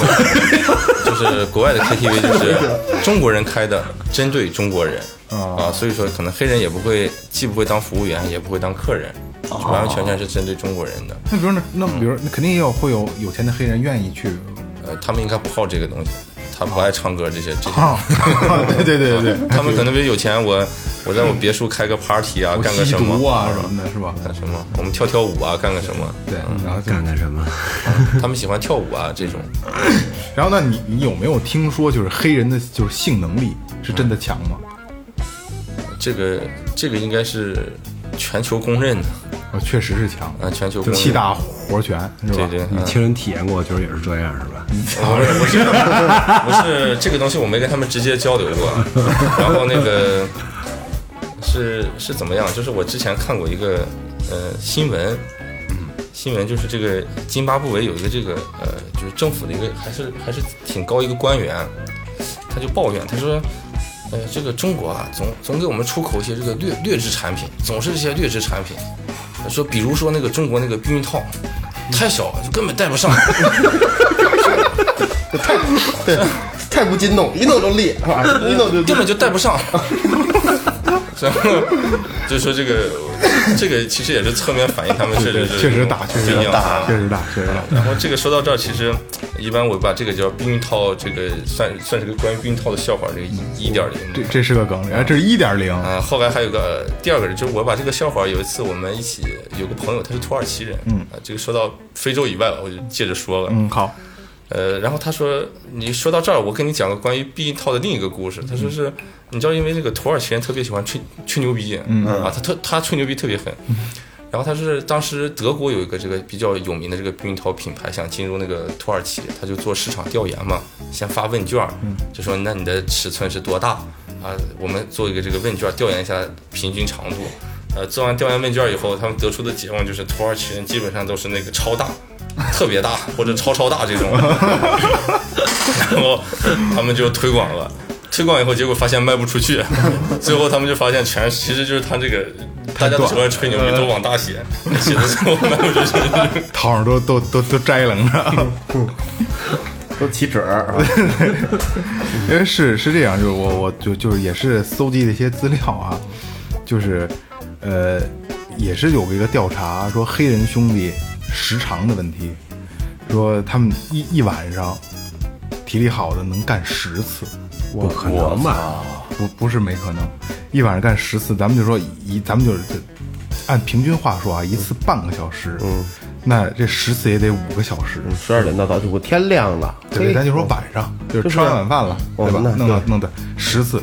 S5: [laughs]
S3: 就是国外的 KTV 就是中国人开的，针对中国人
S5: 嗯
S3: 啊，所以说可能黑人也不会，既不会当服务员，也不会当客人，
S5: 哦
S3: 完完全全是针对中国人的。
S5: 那比如那那比如那肯定也有会有有钱的黑人愿意去
S3: 呃，他们应该不好这个东西，他们不爱唱歌这些这些。
S5: 啊， [laughs] 对对对对对，
S3: 他们可能比如有钱，我我在我别墅开个 party 啊，干个
S5: 吸
S3: 什
S5: 毒
S3: 么嗯
S5: 啊什么的，是吧？
S3: 干什么，我们跳跳舞啊，干个什
S5: [laughs]
S3: 么，
S5: 对，然后就
S6: 干干什么？
S3: 他们喜欢跳舞啊这种。
S5: 然后那你你有没有听说就是黑人的就是性能力是真的强吗？
S3: 这个这个应该是全球公认的
S5: 啊，确实是强，
S3: 嗯啊，全球
S5: 就
S3: 公认。
S5: 七大活拳是
S3: 对
S5: 吧？
S3: 对，
S6: 你 [laughs]
S3: 嗯
S6: 亲身体验过，就是也是这样，是吧？
S3: 我是我是我是这个东西我没跟他们直接交流过，啊然后那个是是怎么样？就是我之前看过一个呃新闻，嗯，新闻就是这个津巴布韦有一个这个呃就是政府的一个还是还是挺高一个官员，啊他就抱怨他说。呃，这个中国啊，总总给我们出口一些这个劣劣质产品，总是这些劣质产品。他说，比如说那个中国那个避孕套，太小了，就根本戴不上。
S7: 对，太不经弄，一弄就裂，
S5: [laughs]
S7: 啊一弄就
S3: 根本就带不上。然后就说这个，这个其实也是侧面反映他们确实是
S5: 确实大，确实
S3: 不一样嗯
S5: 大，确实大，确实大。
S3: 然后这个说到这儿，其实一般我把这个叫避孕套，这个算算是个关于避孕套的笑话，这个一一点零。
S5: 这这是个梗，哎然后这是一点零，
S3: 啊，后来还有个呃第二个，就是我把这个笑话，有一次我们一起有个朋友，他是土耳其人，嗯，啊，这个说到非洲以外了，我就接着说了，
S5: 嗯，好，
S3: 呃，然后他说，你说到这儿，我跟你讲个关于避孕套的另一个故事。他说是，你知道，因为这个土耳其人特别喜欢吹吹牛逼，啊，他特他吹牛逼特别狠。然后他是当时德国有一个这个比较有名的这个避孕套品牌想进入那个土耳其，他就做市场调研嘛，先发问卷儿，就说那你的尺寸是多大啊？我们做一个这个问卷儿调研一下平均长度。呃，做完调研问卷儿以后，他们得出的结论就是土耳其人基本上都是那个超大、特别大或者超超大这种。然后他们就推广了，推广以后结果发现卖不
S6: [laughs]
S3: 出去，最后他们就发现全是其实就是他这个大家都喜欢吹牛逼，都往大写，
S6: 嗯
S3: 写的最后卖不出去。
S5: 套上都都都都摘楞着。
S7: [laughs] 都起褶儿。啊
S5: [laughs] 因为是是这样，就是我我就就是也是搜集了一些资料啊，就是呃也是有一个调查说黑人兄弟时长的问题，说他们一一晚上体力好的能干十次，
S6: 不可能啊吧？
S5: 不不是没可能，一晚上干十次，咱们就说一咱们就是按平均话说啊，一次半个小时，嗯，那这十次也得五个小时，
S7: 十二点到早就我天亮了，
S5: 对，咱就说晚上，就是吃完晚饭了，
S7: 哦
S5: 对吧
S7: 那？
S5: 弄到弄的十次，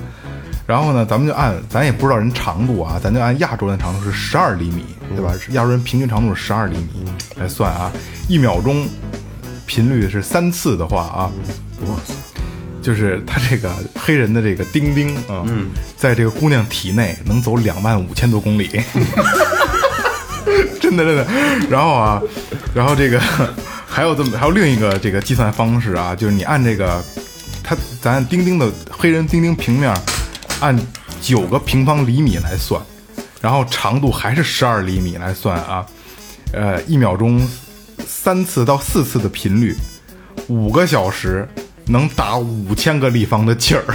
S5: 然后呢，咱们就按咱也不知道人长度啊，咱就按亚洲人长度是十二厘米，对吧？亚洲人平均长度是十二厘米来算啊，一秒钟频率是三次的话啊，哇塞！就是他这个黑人的这个丁丁啊，在这个姑娘体内能走两万五千多公里，真的真的。然后啊，然后这个还有这么还有另一个这个计算方式啊，就是你按这个，它咱按钉钉的黑人钉钉平面儿，按九个平方厘米来算，然后长度还是十二厘米来算啊，呃，一秒钟三次到四次的频率，五个小时能打五千个立方的气儿。 [laughs]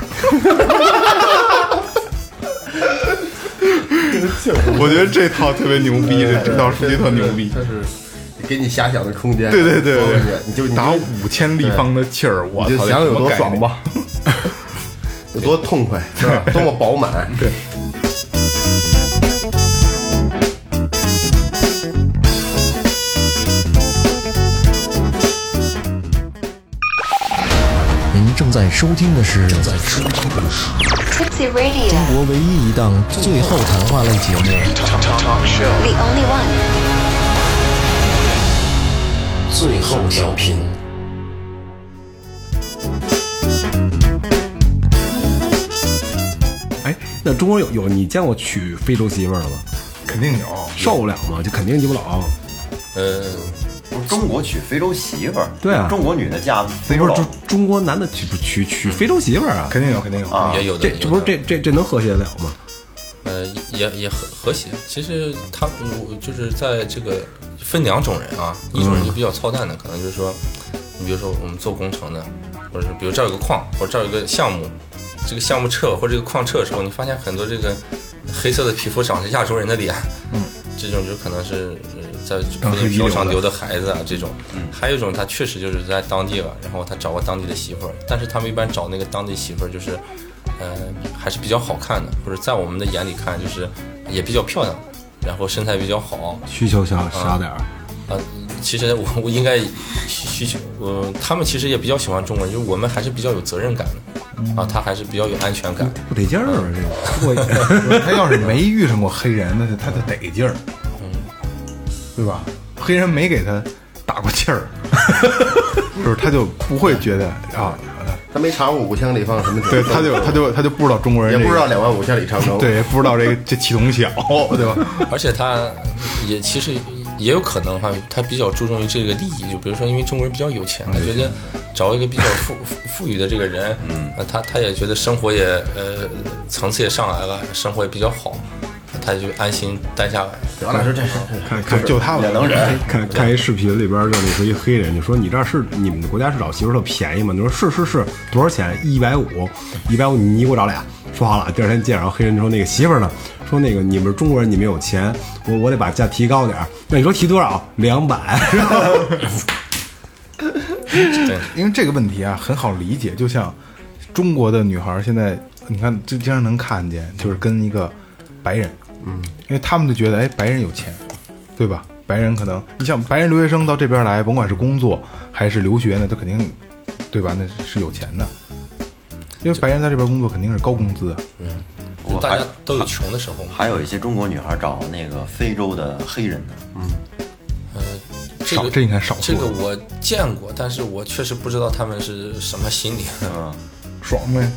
S5: 我觉得这套特别牛逼，这这套数据特牛逼。
S7: 给你遐想的空间。
S5: 对对对
S7: 我
S5: 对
S7: 感觉，你就你
S5: 打
S7: 就
S5: 五千立方的气儿，我
S7: 你
S5: 操
S7: 就想有多
S5: [laughs]
S7: 爽！吧，有多痛快，是吧？多么饱满。对，
S2: 您正在收听的是正在收听
S8: Tipsy Radio,
S2: 中国唯一一档最后谈话类节目
S8: the only one.
S2: 《最后调频》。
S6: 哎，那中国有有你见过娶非洲媳妇儿的吗？
S5: 肯定有，
S6: 受不了吗？就肯定你不老
S3: [laughs] 呃，
S4: 不是中国娶非洲媳妇儿，
S6: 对啊
S4: 中国女的嫁非洲
S6: 不是
S4: 佬
S6: 中中国男的娶不娶娶非洲媳妇儿啊？
S5: 肯定有，肯定有
S4: 啊
S3: 也有的
S6: 这
S3: 有
S6: 这不是
S3: 的
S6: 这这这能和谐得了吗？
S3: 呃，也也和和谐。其实他我就是在这个分两种人啊，一
S6: 嗯
S3: 种人就比较操蛋的，可能就是说，你比如说我们做工程的，或者是比如这儿有个矿，或者这儿有个项目，这个项目撤或者这个矿撤的时候，你发现很多这个黑色的皮肤长着亚洲人的脸，嗯，这种就可能是呃在
S5: 啊
S3: 非
S5: 遗留
S3: 洲
S5: 的
S3: 上留的孩子啊这种。还有一种他确实就是在当地吧，然后他找个当地的媳妇儿，但是他们一般找那个当地媳妇儿就是。呃，还是比较好看的，或者在我们的眼里看就是也比较漂亮，然后身材比较好。
S6: 需求小小点儿，
S3: 呃，其实我我应该需求，呃，他们其实也比较喜欢中国人，就是我们还是比较有责任感的，啊，他还是比较有安全
S5: 嗯
S3: 感。
S6: 不得劲儿啊，这个我
S5: [laughs] 他要是没遇上过黑人，那就他就得劲儿，
S7: 嗯
S5: 对吧？黑人没给他打过气儿， [laughs] 就是他就不会觉得啊，
S7: 他没查过五千里方什么情况
S5: 对，他就他就他就不知道中国人
S7: 也
S5: 这个、
S7: 不知道两万五千里长征，
S5: 对，不知道这个这祁同小，对吧？
S3: 而且他也其实也有可能哈，他比较注重于这个利益，就比如说，因为中国人比较有钱，他觉得找一个比较富富富裕的这个人，嗯，他他也觉得生活也呃层次也上来了，生活也比较好，他就安心待下来。
S4: 咱俩是这事，
S6: 看看
S5: 就就他
S4: 也
S5: 们
S4: 能忍。
S6: 看看一视频里边儿，让你说一黑人，就说你这儿是你们的国家是找媳妇儿特便宜吗？你说是是是，多少钱？一百五，一百五，你给我找俩。说好了，第二天见着，然后黑人就说那个媳妇儿呢？说那个你们是中国人，你们有钱，我我得把价提高点儿。那你说提多少？两百。 [laughs]
S5: 因为这个问题啊很好理解，就像中国的女孩儿现在，你看就经常能看见，就是跟一个白人，嗯，因为他们就觉得哎白人有钱，对吧？白人可能你像白人留学生到这边来，甭管是工作还是留学呢，他肯定对吧？那是有钱的，因为白人在这边工作肯定是高工资啊，
S3: 就大家都有穷的时候嘛。
S4: 还有一些中国女孩找那个非洲的黑人的，
S3: 呃，这
S5: 少
S3: 个
S5: 这应该少数
S3: 这个我见过，但是我确实不知道他们是什么心理，
S4: 嗯，
S5: 爽呗。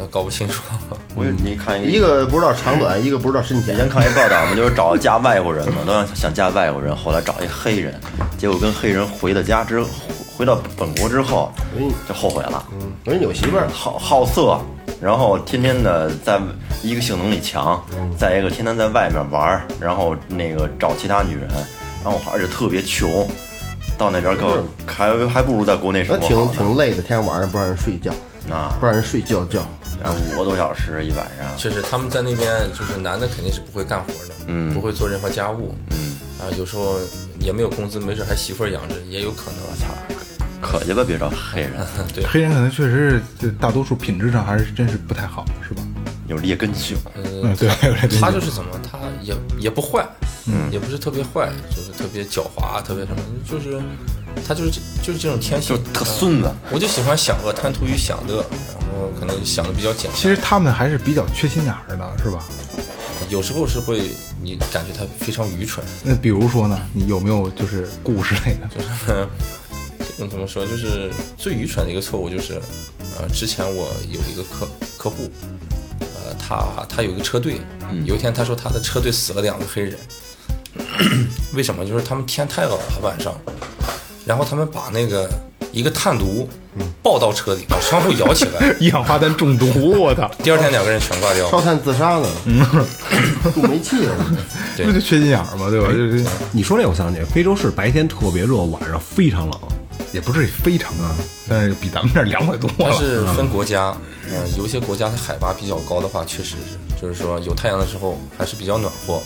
S3: 呃搞不清楚。 [laughs]
S4: 我有你看
S7: 一个不知道长短，一个不知道深
S4: 以
S7: 浅。
S4: 前看一报道嘛，就是找嫁外国人嘛， [laughs] 都想想嫁外国人，后来找一黑人，结果跟黑人回到家之后，回到本国之后
S7: 嗯，
S4: 就后悔了，
S7: 我哎说有媳妇儿，
S4: 好好色，然后天天的在一个性能力强，
S7: 嗯
S4: 再一个天天在外面玩儿，然后那个找其他女人，然后而且特别穷，到那边更还还不如在国
S7: 那
S4: 内生活
S7: 挺
S4: 好呢
S7: 挺累的，天天晚上不让人睡觉，
S4: 啊，
S7: 不让人睡觉觉。
S4: 然后五个多小时一晚上，
S3: 确实，他们在那边就是男的肯定是不会干活的，
S4: 嗯
S3: 不会做任何家务，嗯，啊、有时候也没有工资，没事还媳妇儿养着，也有可能。啊
S5: 嗯
S3: 我操，
S4: 可去吧，别找黑人，
S3: 对，
S5: 黑人可能确实是大多数品质上还是真是不太好，是吧？
S4: 有劣
S7: [laughs]
S4: 根性。
S5: 嗯，对，
S3: 呃他就是怎么，他也也不坏，嗯，也不是特别坏，就是特别狡猾，特别什么，就是他就是这就是这种天
S4: 就
S3: 性，
S4: 是特
S3: 嗯
S4: 孙子
S3: 我就喜欢享乐，贪图于享乐，然后可能想的比较简单。
S5: [laughs] 其实他们还是比较缺心眼儿的，是吧？
S3: 有时候是会你感觉他非常愚蠢，
S5: 那比如说呢，你有没有就是故事类的？
S3: 这种怎么说？就是最愚蠢的一个错误就是，呃，之前我有一个客客户，呃，他他有一个车队，有一天他说他的车队死了两个黑人， [coughs] 为什么？就是他们天太冷了晚上，然后他们把那个一个炭毒抱到车里，把窗户摇起
S5: [laughs]
S3: 来，
S5: [laughs] 一氧化碳中毒， [laughs] 我操！
S3: 第二天两个人全挂掉
S7: 烧
S3: 了。
S7: 炭自杀呢， [laughs] 住煤气了。 [laughs]
S3: 对
S5: 不就缺心眼儿吗？对吧？就是
S6: 你说这我想起来，非洲是白天特别热，晚上非常冷。
S5: 也不至于非常啊，但是比咱们这儿凉快多
S3: [laughs] 但
S5: 了。
S3: 是分国家，嗯、有一些国家它海拔比较高的话，确实是，就是说有太阳的时候还是比较暖和，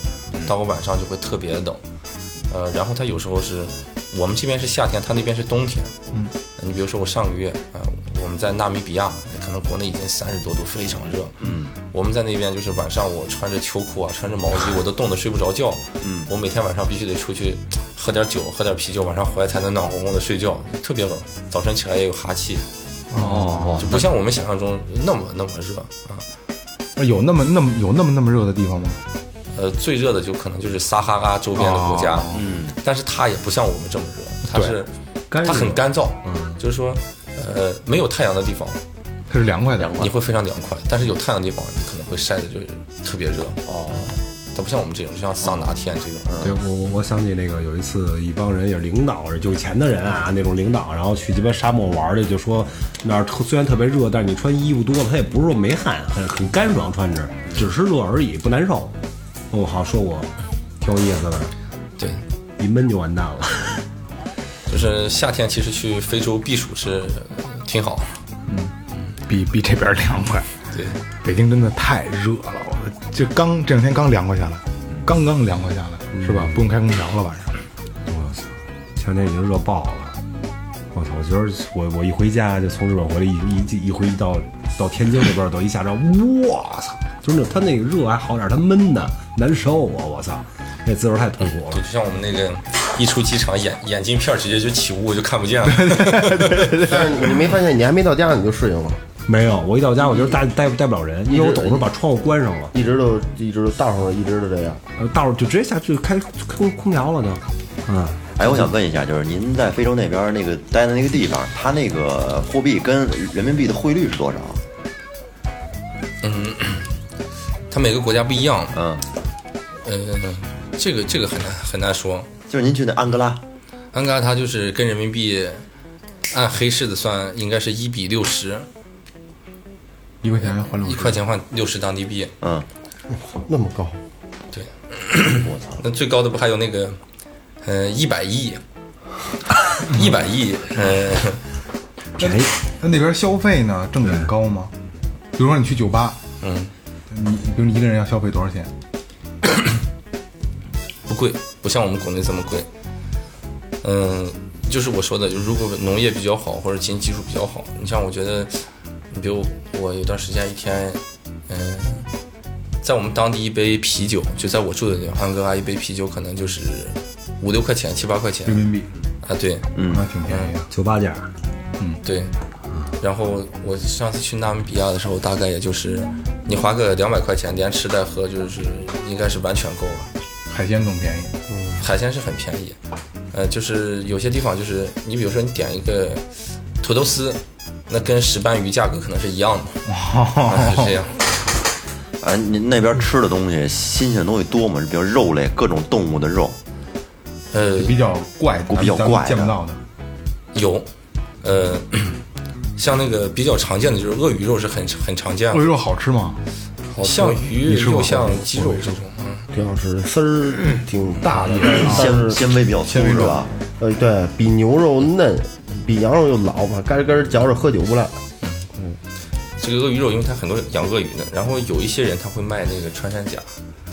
S3: 到了晚上就会特别冷。呃，然后它有时候是我们这边是夏天，它那边是冬天。嗯，你比如说我上个月，呃，我们在纳米比亚，可能国内已经三十多度，非常热。嗯，我们在那边就是晚上我穿着秋裤啊，穿着毛衣，我都冻得睡不着觉。嗯，我每天晚上必须得出去喝点酒，喝点啤酒，晚上回来才能暖烘烘的睡觉，特别冷，早晨起来也有哈气。
S4: 哦
S3: 就不像我们想象中那么那么热啊。
S5: 有那么那么有那么那么热的地方吗？
S3: 呃，最热的就可能就是撒哈拉周边的国家，嗯，但是它也不像我们这么热，它是
S6: 干
S3: 它
S6: 热
S3: 很干燥，嗯，就是说，呃，没有太阳的地方
S5: 它是凉快的，
S3: 你会非常凉快，但是有太阳的地方你可能会晒的就是特别热，
S4: 哦，
S3: 它不像我们这种，就像桑拿天这种，
S6: 对我我我想起那个有一次，一帮人也是领导，有钱的人啊，那种领导，然后去鸡巴沙漠玩儿去，就说那儿特虽然特别热，但是你穿衣服多了，它也不是说没汗，很很干爽穿着，只是热而已，不难受。哦，好说我挺有意思的，
S3: 对，
S6: 一闷就完蛋了。
S3: 就是夏天其实去非洲避暑是挺好，
S5: 比比这边凉快。
S3: 对，
S5: 北京真的太热了，我的这刚这两天刚凉快下来，刚刚凉快下来，是吧？不用开空调了晚上。
S6: 我操，前两天已经热爆了。我操！我觉得我我一回家就从日本回来一一一回到到天津这边儿到一下站，我操！就是那他那个热还好点儿，他闷的难受啊！我操，那滋味儿太痛苦
S3: 对，
S6: 了。
S3: 就像我们那个一出机场眼眼镜片儿直接就起雾，就看不见 [laughs] 了。
S7: 但是你没发现，你还没到家你就适应了，
S6: 没有，我一到家我觉得待待待不了人，因为我等会儿把窗户关上了，
S7: 一直都一直都道上了一直都这样。
S6: 呃到时候就直接下去开开空空调了就。嗯，
S4: 哎，我想问一下，就是您在非洲那边那个待的那个地方，它那个货币跟人民币的汇率是多少？
S3: 它每个国家不一样，
S4: 嗯，
S3: 呃，这个这个很难很难说。
S4: 就是您去那安哥拉，
S3: 安哥拉它就是跟人民币按黑市的算，应该是一比六十，
S5: 一块钱换六
S3: 一
S5: 十，
S3: 块钱换六十当地币。
S4: 嗯，
S7: 那么高，
S3: 对，那最高的不还有那个，呃，一百亿，一百亿，呃，
S6: 便宜。
S5: 那那边消费呢，正经高吗？比如说你去酒吧，
S3: 嗯，
S5: 你比如你一个人要消费多少钱？
S3: 不贵，不像我们国内这么贵。嗯，就是我说的，就如果农业比较好或者经济基础比较好，你像我觉得，你比如我有段时间一天，嗯，在我们当地一杯啤酒，就在我住的地方，安哥拉一杯啤酒可能就是五六块钱、七八块钱
S5: 人民币，
S3: 啊，对，
S4: 嗯
S5: 那挺便宜啊。
S6: 酒吧价，
S3: 对，然后我上次去纳米比亚的时候，大概也就是你花个两百块钱，连吃带喝就是应该是完全够了。
S5: 海鲜更便宜，
S3: 海鲜是很便宜，呃，就是有些地方就是你比如说你点一个土豆丝，那跟石斑鱼价格可能是一样的，啊是这样。
S4: 哎，您那边吃的东西新鲜的东西多吗？比如肉类，各种动物的肉，
S3: 呃，
S5: 比较怪的，
S4: 比较
S5: 咱们
S4: 怪的
S5: 见不到的。
S3: 有，呃，像那个比较常见的就是鳄鱼肉是很很常见
S5: 鳄鱼
S3: 的，
S5: 肉哎好吃吗？
S3: 像鱼
S5: 你吃过
S3: 又
S5: 吗
S3: 像鸡肉这种，嗯。
S7: 挺好吃的，丝儿挺大的，但
S4: 纤
S7: 是
S4: 纤维比较粗是吧？
S7: 呃，对比牛肉嫩，比羊肉又老嘛，嘎吱嘎吱嚼着喝酒不赖。
S3: 这个鳄鱼肉，因为它很多养鳄鱼的，然后有一些人他会卖那个穿山甲，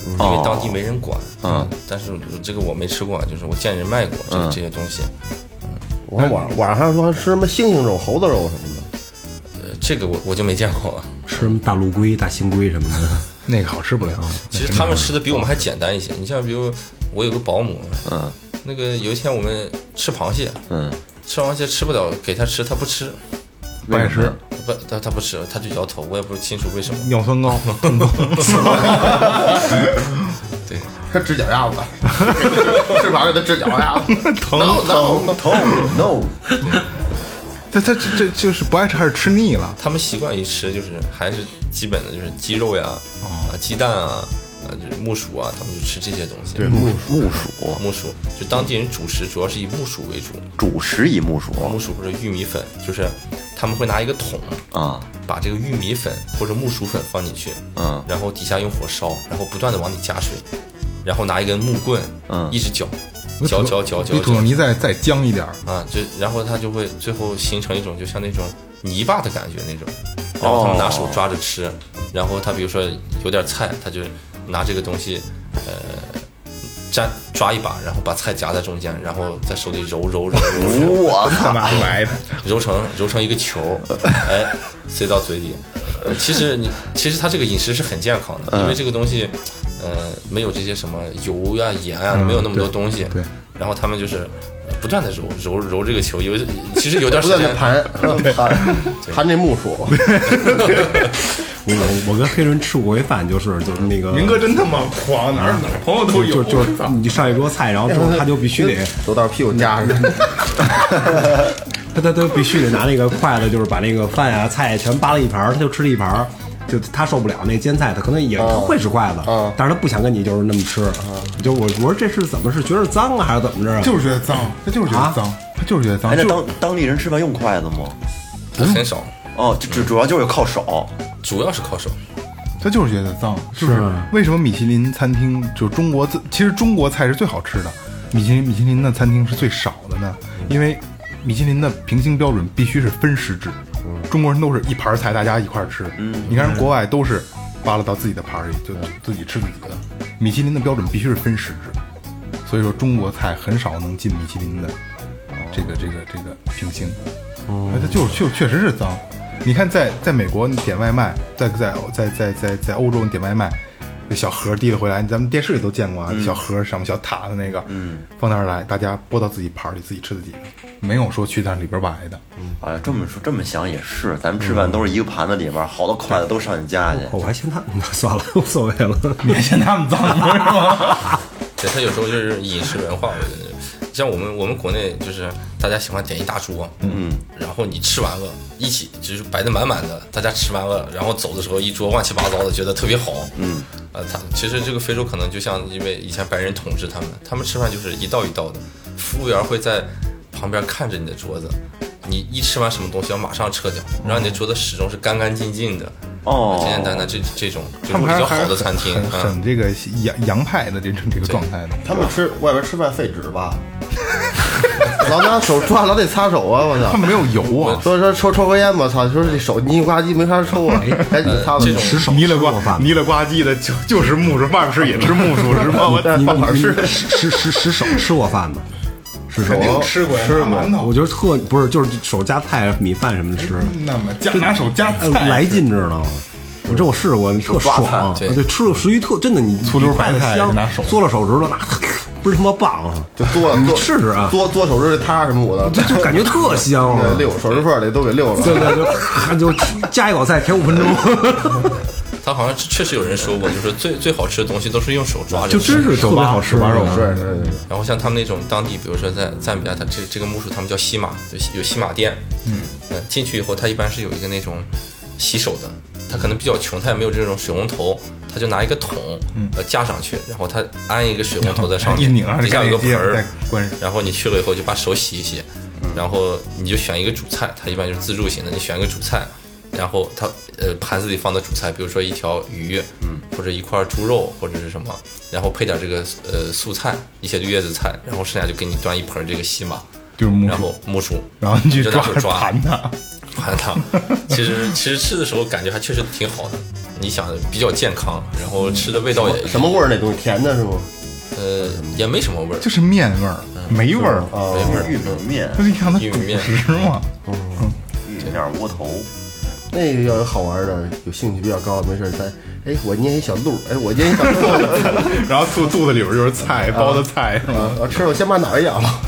S3: 因
S4: 哦
S3: 为当地没人管。嗯，但是这个我没吃过，就是我见人卖过这
S5: 嗯
S3: 个、这些东西，
S7: 我看网网上还说还吃什么猩猩肉、猴子肉什么的。
S3: 呃，这个我我就没见过了。
S6: 吃什么大陆龟、大新龟什么的，
S5: 那个好吃不了。
S3: 其实他们吃的比我们还简单一些。你像比如我有个保姆，嗯，那个有一天我们吃螃蟹，
S4: 嗯，
S3: 吃螃蟹吃不了，给他吃他不吃，
S5: 不爱吃，
S3: 不他他不吃，他就摇头，我也不清楚为什么。
S5: [laughs] 尿酸高，
S9: 他指脚丫
S5: [laughs]
S9: 子，翅膀给他指脚丫子，
S4: 疼疼疼，no，
S5: 他他这这就是不爱吃还是吃腻了？
S3: 他们习惯于吃，就是还是基本的就是鸡肉呀、啊鸡蛋啊、啊就是木薯啊，他们就吃这些东西。对，木
S4: 木薯，
S3: 木薯就当地人主食主要是以木薯为主，
S4: 主食以木薯
S3: 木薯或者玉米粉，就是他们会拿一个桶，
S4: 啊，
S3: 把这个玉米粉或者木薯粉放进去，
S4: 嗯
S3: 然后底下用火烧，然后不断的往里加水，然后拿一根木棍，
S4: 嗯
S3: 一直搅，搅搅搅搅
S5: 比土豆
S3: 搅，
S5: 泥再再僵一点 [laughs] 儿，
S3: 啊，就然后它就会最后形成一种就像那种泥巴的感觉那种，然
S5: 哦
S3: 后他们拿手抓着吃，然后他比如说有点菜，他就拿这个东西，呃，粘抓一把，然后把菜夹在中间，然后在手里揉揉揉揉揉，
S4: 我操，
S5: 哪来的？
S3: 揉成揉成一个球，哎，塞到嘴里。呃其实你其实他这个饮食是很健康的，因为这个东西，呃，没有这些什么油呀、盐呀，没有那么多东西。
S5: 对。
S3: 然后他们就是呃不断的揉揉揉这个球，有其实有段
S7: 不
S3: 时
S7: 断
S3: 间
S7: 的盘盘盘这木薯，
S6: 我我我跟黑人吃过一饭，就是就是那个
S5: 明哥真他妈狂，哪儿哪儿朋友都
S6: 就
S5: 有。
S6: 就是你上一桌菜，然后之后他就必须
S5: [laughs]
S7: [laughs]
S6: 得。
S7: 走到屁股夹上。
S6: 嗯啊他他都必须得拿那个筷子，就是把那个饭啊菜全扒拉一盘儿，他就吃了一盘儿，就他受不了那煎菜，他可能也
S5: 啊
S6: 他会使筷子，但是他不想跟你就是那么吃。就我我说这是怎么是觉得脏啊，还是怎么着啊？
S9: 就是觉得脏，他就是觉得
S5: 啊
S9: 脏，他就是觉得脏
S4: 哎，。那
S9: 就
S4: 当当地人吃饭用筷子吗？
S3: 很少，
S4: 哦，就主主要就是靠手，
S3: 主要是靠手。
S9: 他就是觉得脏，
S5: 是不是？为什么米其林餐厅就中国自其实中国菜是最好吃的，米其林米其林的餐厅是最少的呢？因为米其林的评星标准必须是分食制，中国人都是一盘菜大家一块儿吃。你看人国外都是扒拉到自己的盘儿里就就自己吃自己的，米其林的标准必须是分食制，所以说中国菜很少能进米其林的这个这个这个评星。哎，它就是确确实是脏。你看在，在美国你点外卖，在在在在在在欧洲你点外卖，那小盒提了回来，咱们电视里都见过啊，
S3: 嗯
S5: 小盒上面小塔的那个，嗯，放那儿来，大家拨到自己盘儿里自己吃自己的，没有说去那里边儿崴的。
S4: 哎，这么说这么想也是，咱们吃饭都是一个盘子里边，好多筷子都上你家去。
S6: 我还嫌他嗯算了，无所谓了。
S5: 你还嫌他们脏是吗？
S3: 对，他有时候就是饮食文化，我觉得像我们我们国内就是大家喜欢点一大桌，嗯，然后你吃完了，一起就是摆的满满的，大家吃完了，然后走的时候一桌乱七八糟的，觉得特别好，嗯，呃，他其实这个非洲可能就像因为以前白人统治他们，他们吃饭就是一道一道的，服务员会在旁边看着你的桌子。你一吃完什么东西要马上撤掉，让你的桌子始终是干干净净的，
S4: 哦
S3: 简简单单这这种这
S5: 他们
S3: 种比
S5: 还是
S3: 较
S5: 还
S3: 好
S5: 是
S3: 的餐厅，
S5: 很
S3: 嗯。
S5: 很这个洋洋派的这种这个状态呢。
S7: 他们吃
S9: 外边吃饭废纸吧，
S7: [laughs] 老拿手抓，老得擦手啊！我
S5: 他
S7: 操！
S5: 们没有油啊，
S7: 所以说抽抽根烟吧，操！说这手泥呱唧没法抽啊，
S6: 哎
S7: 赶紧擦吧。
S3: 这种
S5: 泥了
S6: 吃过
S5: 呱
S6: 饭吗
S5: 泥了呱唧的就就是木薯，外面吃也吃木薯是吗？我
S6: 你
S5: 放哪儿
S6: 你
S5: 吃？
S6: 吃吃吃手吃过饭吗？吃手
S5: 肯定吃过呀，吃馒头
S6: 我觉得特不是，就是手夹菜、米饭什么的吃，
S5: 那么夹拿手夹
S6: 哎
S5: 菜
S6: 来劲知道吗？我这我试过，特爽，啊
S3: 对
S6: 对，吃了食欲特真的，你
S5: 醋溜白菜
S6: 你筷子香
S5: 拿手
S6: 嘬了手指头，那不是他妈棒啊，
S7: 就剁
S6: 你
S7: 剁
S6: 试试啊，
S7: 剁剁手指头塌什么我
S6: 就
S7: 的，
S6: 就感觉特香啊，
S7: 溜手指缝儿里都给溜了。
S6: 对对，就就夹一口菜，舔五分钟，
S3: 他好像确实有人说过，就是最最好吃的东西都是用手抓着
S6: 就
S3: 吃。
S6: 真是特别好吃，
S5: 玩手
S7: 对对对对，
S3: 然后像他们那种当地，比如说在赞比亚，它这这个木薯他们叫西马，有西有西马店。嗯，呃，进去以后，他一般是有一个那种洗手的，他可能比较穷，他也没有这种水龙头，他就拿一个桶，呃，架上去，然后他安一个水龙头在上
S5: 一
S3: 面
S5: 拧上，
S3: 底下有个盆
S5: 再
S3: 儿，
S5: 关上。
S3: 然后你去了以后就把手洗一洗，然后你就选一个主菜，它一般就是自助型的，你选一个主菜，然后它呃盘子里放的主菜，比如说一条鱼，嗯，或者一块猪肉或者是什么，然后配点这个呃素菜，一些叶子菜，然后剩下就给你端一盆这个西马，
S5: 就是木
S3: 然
S5: 薯
S3: 后，木薯，
S5: 然后你去
S3: 就
S5: 抓
S3: 拿手抓
S5: 盘它，
S3: 盘它。其实其实吃的时候感觉还确实挺好的，你想比较健康，然后吃的味道也
S7: 什么味儿？那东西甜的是吗？
S3: 呃也没什么味
S5: [laughs]
S3: 儿，
S5: 就是面味儿，没味儿，
S3: 没味儿。
S4: 玉米面、
S5: 不是让它
S3: 玉
S5: 主
S3: 米面
S5: 食吗？
S4: 玉米面窝头，
S7: 那个要有好玩的，有兴趣比较高的，没事儿咱，哎，我捏一小鹿，哎，我捏一小鹿，
S5: [laughs] 然后肚肚子里边就是菜，包的菜是吗？
S7: 我呃吃了我先把脑袋咬了。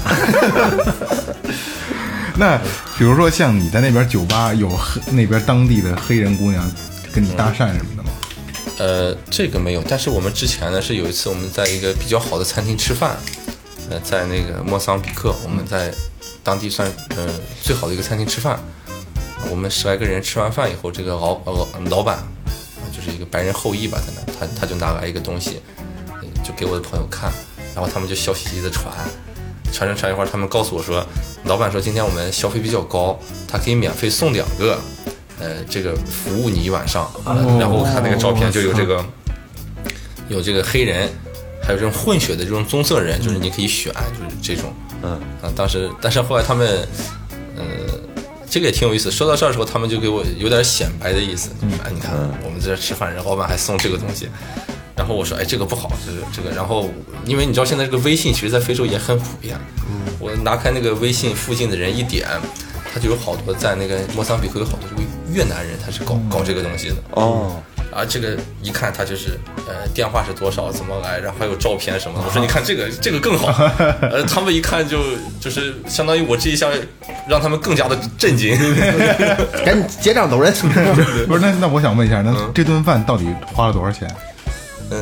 S5: 那比如说像你在那边酒吧有黑那边当地的黑人姑娘跟你搭讪什么的吗？
S3: 呃，这个没有，但是我们之前呢是有一次我们在一个比较好的餐厅吃饭，呃，在那个莫桑比克，我们在当地算呃最好的一个餐厅吃饭，我们十来个人吃完饭以后，这个老老老板啊就是一个白人后裔吧，在那他他就拿来一个东西，呃就给我的朋友看，然后他们就笑嘻嘻的传。传传传一会儿，他们告诉我说，老板说今天我们消费比较高，他可以免费送两个，呃，这个服务你一晚上。呃然后我看那个照片就有这个，有这个黑人，还有这种混血的这种棕色人，就是你可以选，就是这种。
S4: 嗯
S3: 啊，当时但是后来他们，呃，这个也挺有意思。说到这儿的时候，他们就给我有点显摆的意思，就是哎，你看我们在这吃饭，人老板还送这个东西。然后我说，哎，这个不好，这个这个。然后因为你知道现在这个微信，其实在非洲也很普遍。我拿开那个微信附近的人一点，他就有好多在那个莫桑比克有好多这个越南人，他是搞搞这个东西的。
S4: 哦，
S3: 啊，这个一看他就是，呃，电话是多少，怎么来，然后还有照片什么的。我说你看这个，这个更好。呃，他们一看就就是相当于我这一下让他们更加的震惊。
S7: [laughs]
S3: [laughs]
S7: 赶紧结账走人。
S5: 不是，那那我想问一下，那这顿饭到底花了多少钱？
S3: 嗯，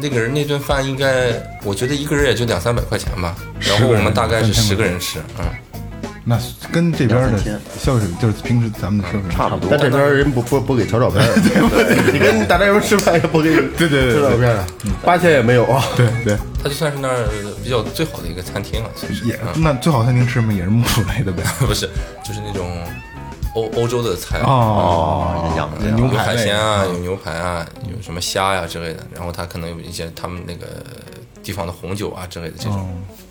S3: 那个人那顿饭应该，我觉得一个人也就两三百块钱吧。然
S5: 十个
S3: 后我
S5: 人
S3: 们大概是
S5: 三千
S3: 十
S5: 块
S3: 个
S5: 钱
S3: 人吃，嗯，
S5: 那跟这边的
S4: 两三天
S5: 消水就是平时咱们的消水
S4: 差不多
S7: [laughs] 但。这边人不不不给瞧照片， [laughs] 你跟大宅门吃饭也不给，对
S5: 对对
S7: 瞧照片啊，八千也没有啊。
S5: 对对，
S3: 它就算是那儿比较最好的一个餐厅了，其实
S5: 也
S3: 嗯
S5: 那最好餐厅吃嘛也是木薯类的呗。
S3: 不是，就是那种欧欧洲的菜，
S5: 哦，
S4: 养的
S5: 牛
S3: 有
S5: 排
S3: 海
S5: 类
S3: 鲜啊，有牛排啊，有什么虾呀、之类的，然后它可能有一些他们那个地方的红酒啊之类的这种。
S5: 哦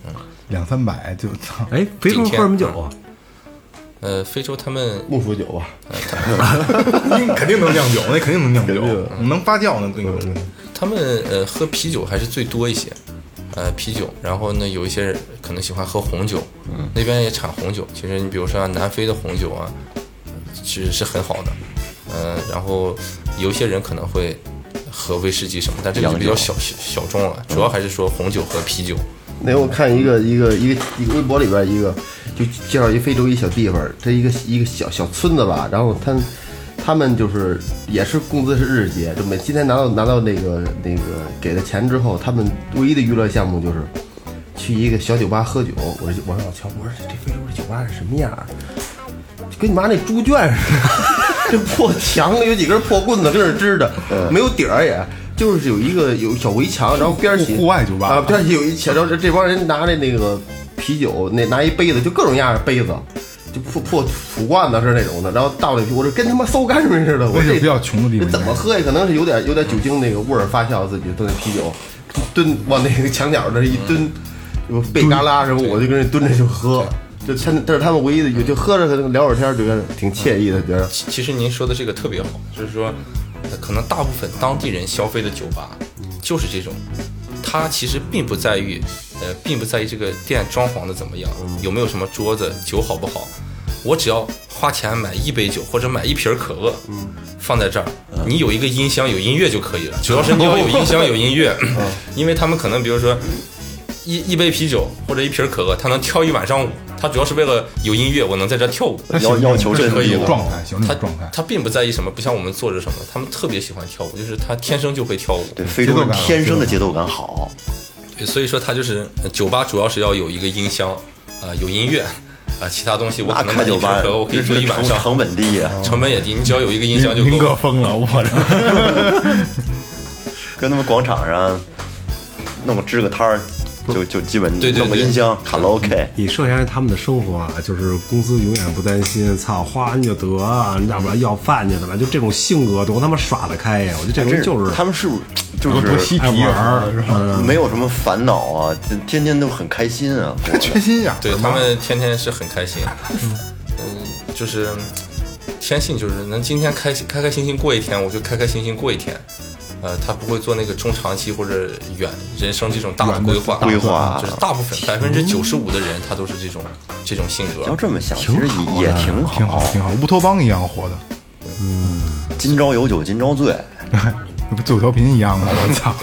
S5: 嗯两三百就操，
S6: 哎，非洲喝什么酒啊？
S3: 嗯呃，非洲他们呃
S7: 木薯酒吧，
S5: 那肯定能酿酒，那肯定能酿酒，嗯能发酵呢那个东西。
S3: 他们呃喝啤酒还是最多一些，呃啤酒，然后呢有一些人可能喜欢喝红酒，那边也产红酒。其实你比如说、南非的红酒啊，其实是很好的，呃，然后有一些人可能会喝威士忌什么，但这个就比较小小小众了，主要还是说红酒和啤酒。
S7: 那天我看一个一个一个一个微博里边一个，就介绍一非洲一小地方，这一个一个小小村子吧，然后他他们就是也是工资是日结，就每今天拿到拿到那个那个给的钱之后，他们唯一的娱乐项目就是去一个小酒吧喝酒。我就我说老乔，我说这非洲这酒吧是什么样儿？就跟你妈那猪圈似的， [laughs] 这破墙有几根破棍子跟那儿支着，
S5: 嗯
S7: 没有底儿也。就是有一个有小围墙，然后边儿起
S5: 户户外酒吧
S7: 啊，边儿起有一墙，然后这这帮人拿着那个啤酒，那拿一杯子，就各种样的杯子，就破破土罐子似的那种的，然后倒了一瓶，我这跟他妈馊干水似的，我
S5: 那
S7: 这
S5: 就比较穷的地
S7: 这
S5: 方，
S7: 怎么喝呀？可能是有点有点酒精那个味儿发酵，自己炖那啤酒，蹲往那个墙角这一
S5: 嗯
S7: 蹲，就背旮旯什么，我就跟人蹲着就喝。就他们，这是他们唯一的，就喝着可能聊会儿天，觉得挺惬意的，觉得。
S3: 其呃其实您说的这个特别好，就是说，呃可能大部分当地人消费的酒吧，就是这种，他其实并不在意，呃，并不在意这个店装潢的怎么样，有没有什么桌子，酒好不好，我只要花钱买一杯酒或者买一瓶可乐，放在这儿，你有一个音箱有音乐就可以了，主要是你要有音箱有音乐，嗯因为他们可能比如说。一一杯啤酒或者一瓶可乐，他能跳一晚上舞。他主要是为了有音乐，我能在这跳舞。
S5: 他喜
S4: 要
S5: 欢
S4: 要求
S5: 这
S4: 这
S5: 种
S4: 个地方
S5: 状态，喜欢那
S3: 他
S5: 种状态。
S3: 他并不在意什么，不像我们坐着什么，他们特别喜欢跳舞，就是他天生就会跳舞。
S4: 对，非洲
S5: 节奏
S4: 人
S5: 感
S4: 天生的节奏感好，
S3: 对，所以说他就是呃酒吧主要是要有一个音箱，啊、有音乐，啊、其他东西我
S4: 那
S3: 可能买
S4: 开
S3: 一
S4: 酒
S3: 瓶
S4: 吧
S3: 可乐，我可以
S4: 这
S3: 坐
S4: 是
S3: 一晚
S4: 成
S3: 上，
S4: 成本低啊，
S3: 成本也低，你只要有一个音箱就
S5: 林
S3: 够
S5: 哥
S3: 了。
S5: 疯了，我 [laughs] 这
S4: [laughs] 跟他们广场上弄个支个摊儿，就就基本
S3: 对对
S4: 弄个
S3: 对
S4: 音箱卡拉
S5: 嗯
S4: OK，
S6: 你剩下他们的生活啊，就是公司永远不担心，操，花完就得，啊要不然要饭去了吧？就这种性格多他妈耍得开呀！我觉得这种
S4: 这
S6: 就是
S4: 他们是就
S5: 多多
S4: 是
S5: 嬉皮啊，是吧？
S4: 没有什么烦恼啊，天天都很开心
S5: [laughs]
S4: 啊，过得
S5: 缺心眼儿
S3: 对他
S5: 嘛
S3: 们天天是很开心，嗯，就是天性就是能今天开心开开心心过一天，我就开开心心过一天。呃，他不会做那个中长期或者远人生这种大的规划，
S4: 规划
S3: 就是大部分百分之九十五的人他都是这种这种性格。
S4: 要这么想，其实也也挺好，
S5: 挺好，挺好，乌托邦一样活的，
S4: 今朝有酒今朝醉，
S5: 那不九调频一样吗？我操！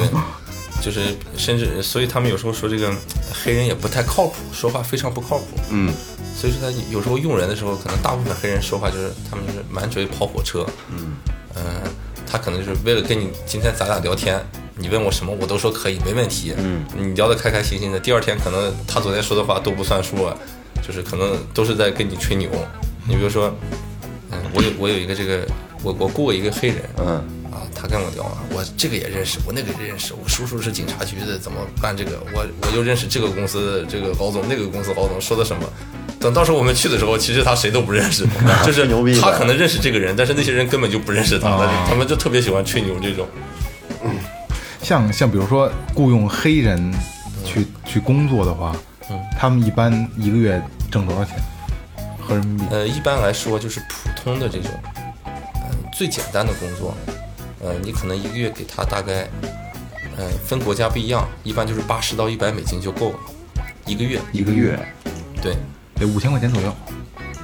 S3: 就是甚至，所以他们有时候说这个黑人也不太靠谱，说话非常不靠谱。
S4: 嗯，
S3: 所以说他有时候用人的时候，可能大部分黑人说话就是他们就是满嘴跑火车。嗯他可能就是为了跟你今天咱俩聊天，你问我什么我都说可以，没问题。嗯，你聊得开开心心的，第二天可能他昨天说的话都不算数啊，就是可能都是在跟你吹牛。你比如说，嗯，我有我有一个这个，我我雇过一个黑人，
S4: 嗯
S3: 啊，他跟我聊啊，我这个也认识，我那个也认识，我叔叔是警察局的，怎么办这个？我我又认识这个公司的这个老总，那个公司老总说的什么？等到时候我们去的时候，其实他谁都不认 [laughs] 识，就是
S4: 牛逼了
S3: 他可能认识这个人，但是那些人根本就不认识他，但是他们就特别喜欢吹牛这种。
S5: 像像比如说雇佣黑人去去工作的话，他们一般一个月挣多少钱？合人民币？
S3: 呃，一般来说就是普通的这种，嗯、最简单的工作，呃，你可能一个月给他大概，呃，分国家不一样，一般就是八十到一百美金就够了，一个月，
S5: 一个月
S3: 对，
S5: 得五千块钱左右，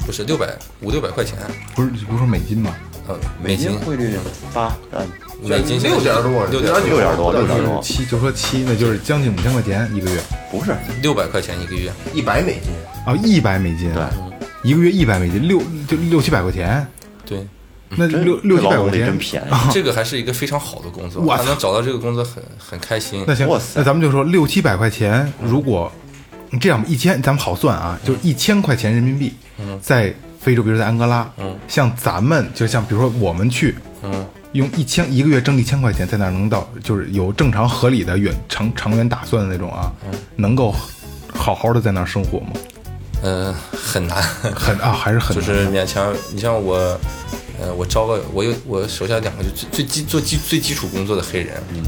S3: 不是六百五六百块钱，啊
S5: 不是不是说美金吗？
S3: 呃，美
S5: 嗯
S3: 金，
S4: 汇率八，嗯
S3: 美金现在
S7: 六点多，
S3: 六点
S4: 六点多，六点
S5: 就是
S4: 多，
S5: 七，就说七，那就是将近五千块钱一个月
S4: 不是
S3: 六百块钱一个月，
S7: 一百美金，
S5: 啊，一百美金，
S4: 对，
S5: 一个月一百美金，六就六七百块钱，
S3: 对，
S5: 那
S4: 嗯真
S5: 六六七
S4: 这
S5: 百
S4: 劳
S5: 块
S4: 动力真
S5: 钱。
S4: 便宜，
S5: [laughs]
S3: 这个还是一个非常好的工作，
S5: 哇
S3: 他能找到这个工作很很开心
S5: 那。行
S4: 哇，塞嗯
S5: 那咱们就说六七百块钱，如果你这样吧，一千，咱们好算啊，就是一千块钱人民币，
S4: 嗯
S5: 在非洲，比如在安哥拉，像咱们就像比如说我们去，
S4: 嗯
S5: 用一千一个月挣一千块钱，在那儿能到就是有正常合理的远长长远打算的那种啊，
S4: 嗯
S5: 能够好好的在那儿生活吗？
S3: 嗯，很难， [laughs]
S5: 很啊，还是很
S3: 就
S5: 难
S3: 是勉强。你像我，呃，我招个我有我手下两个就最最基做基最基础工作的黑人，
S5: 嗯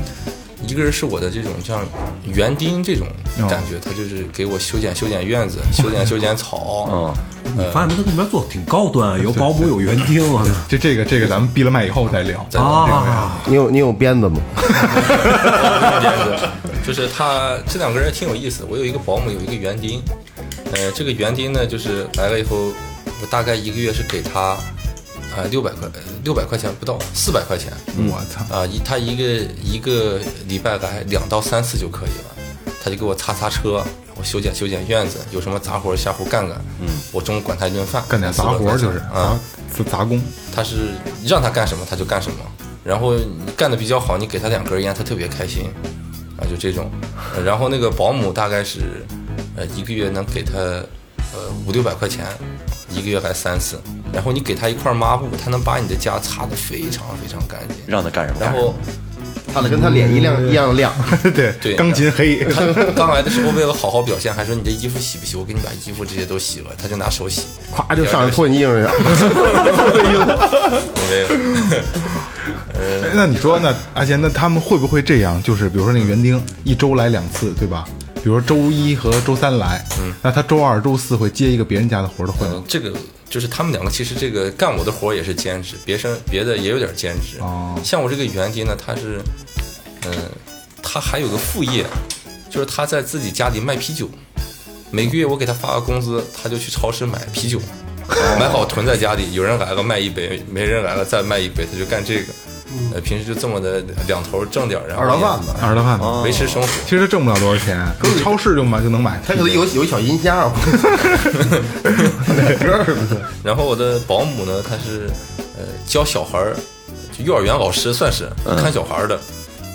S3: 一个人是我的这种像园丁这种
S5: 哦
S3: 感觉，他就是给我修剪修剪院子，
S5: [laughs]
S3: 修剪修剪
S5: 哦
S3: 草，
S6: 你发现没？他那边做的挺高端，有保姆，有园丁，我操！
S5: 就 [laughs] 这个这个，咱们闭了麦以后再聊。
S6: 啊，
S7: 你有你有鞭子吗？
S3: 就是他这两个人挺有意思的。我有一个保姆，有一个园丁，呃，这个园丁呢，就是来了以后，我大概一个月是给他。啊，六百块，六百块钱不到，四百块钱。
S5: 我操，
S3: 啊，一他一个一个礼拜来两到三次就可以了，他就给我擦擦车，我修剪修剪院子，有什么杂活儿下活干干，嗯，我中午管他一顿饭，
S5: 干点杂活儿就是
S3: 啊
S5: 啊，，杂杂工。
S3: 他是让他干什么他就干什么，然后你干的比较好，你给他两根烟，他特别开心，啊，就这种，呃然后那个保姆大概是，呃，一个月能给他，呃，五六百块钱，一个月来三次，然后你给他一块抹布，他能把你的家擦得非常非常干净，
S4: 让他干什么？
S3: 然后。
S7: 他得跟他脸一
S5: 嗯
S7: 亮一样亮。
S5: [laughs] 对
S3: 对
S5: 钢琴黑，
S3: 他刚来的时候为了好好表现，还说你这衣服洗不洗？我给你把衣服这些都洗了，他就拿手洗。
S7: 咵就上去脱你
S5: [laughs]
S7: 衣裳去。
S3: 我这个
S5: 哎 [laughs] 那你说那阿贤，那他们会不会这样？就是比如说那个园丁一周来两次，对吧？比如说周一和周三来，嗯，那他周二、周四会接一个别人家的活儿的会吗？
S3: 这个就是他们两个，其实这个干我的活儿也是兼职，别生别的也有点兼职。
S5: 哦
S3: 像我这个园丁呢，他是，嗯、他还有个副业，就是他在自己家里卖啤酒。每个月我给他发个工资，他就去超市买啤酒，
S5: 哦
S3: 买好囤在家里。有人来了卖一杯，没人来了再卖一杯，他就干这个。呃，平时就这么的两头挣点儿，然后
S9: 二道
S3: 也
S9: 贩子，
S5: 嗯呃二十多万吧。
S3: 维持生活。
S5: 其实挣不了多少钱，你超市就买就能买。
S9: 他可能有有一小银
S6: 啊
S9: 虾，
S3: 然后我的保姆呢，她是呃教小孩儿，就幼儿园老师算是、看小孩儿的，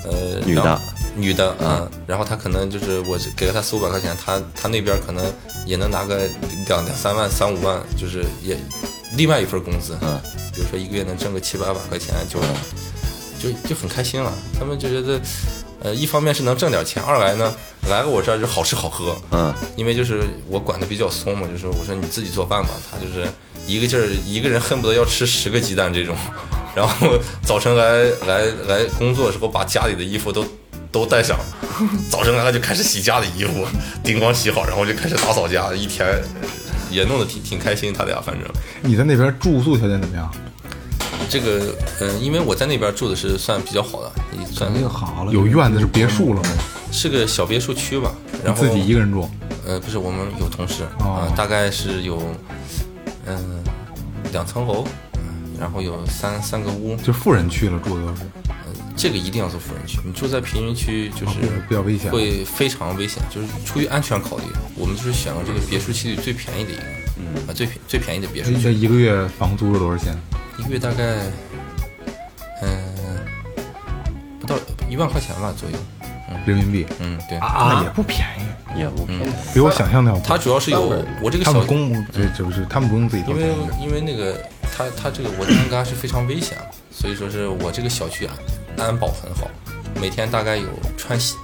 S3: 呃，
S4: 嗯女的啊
S3: 然后，女的，嗯，然后她可能就是我给了她四五百块钱，她她那边可能也能拿个两两三万、三五万，就是也另外一份工资，
S4: 嗯，
S3: 比如说一个月能挣个七八百块钱，就就就很开心了。他们就觉得，呃，一方面是能挣点钱，二来呢，来了我这儿就好吃好喝，
S4: 嗯，
S3: 因为就是我管的比较松嘛，就是我说你自己做饭吧，他就是一个劲儿，一个人恨不得要吃十个鸡蛋这种。 [laughs] 然后早晨来来来工作的时候，把家里的衣服都都带上，早晨来了就开始洗家里衣服，叮咣洗好，然后就开始打扫家，一天呃也弄得挺挺开心，他俩反正。
S5: 你在那边住宿条件怎么样？
S3: 这个，嗯，因为我在那边住的是算比较好的，也算
S6: 肯定好了。
S5: 有院子是别墅了吗？
S3: 是个小别墅区吧。
S5: 你
S3: 然后
S5: 自己一个人住？
S3: 呃，不是，我们有同事啊、
S5: 哦
S3: 大概是有，嗯、两层楼，然后有三三个屋。
S5: 就富人区了，住的都是。
S3: 这个一定要做富人区，你住在贫民区就是
S5: 哦比较危险
S3: 会非常危险。就是出于安全考虑，我们就是选了这个别墅区里最便宜的一个，嗯，啊，最便最便宜的别墅
S5: 哎
S3: 区，
S5: 这一个月房租是多少钱？
S3: 一个月大概，嗯、不到一万块钱吧左右。
S5: 人民币？
S3: 嗯，对。
S5: 那也不便宜，
S4: 也不
S5: 比我想象的要
S3: 它
S5: 贵。
S3: 主要是有我这个
S5: 他
S3: 小
S5: 们，公务，这这不是他们不用自己掏
S3: 因
S5: 钱
S3: 为
S5: 是吧
S3: 因为那个它它这个我的安嘎是非常危险的，所以说是我这个小区安安保很好，每天大概有穿西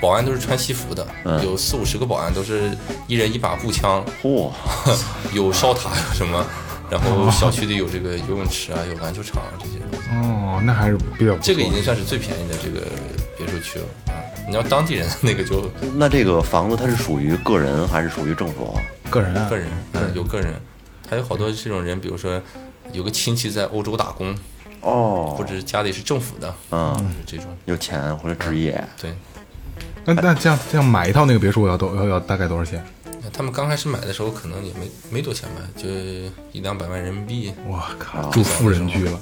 S3: 保安都是穿西服的，有四五十个保安都是一人一把步枪， [laughs]
S4: 嚯，
S3: 有哨塔有什么，然后小区里有这个游泳池啊，有篮球场啊这些东西，
S5: 哦，那还是比较不错
S3: 这个已经算是最便宜的这个别墅区了啊。你要当地人那个就
S4: 那这个房子它是属于个人还是属于政府啊？
S5: 个人啊
S3: 个人，嗯，有个人，还有好多这种人，比如说有个亲戚在欧洲打工，或
S4: 哦，
S3: 者家里是政府的，
S4: 嗯，
S3: 这种
S4: 有钱或者职业，
S3: 对。
S5: 那那这样这样买一套那个别墅要多要要大概多少钱？
S3: 那他们刚开始买的时候可能也没没多钱吧，就一两百万人民币。
S5: 我
S3: 哦
S5: 靠，住富人区了，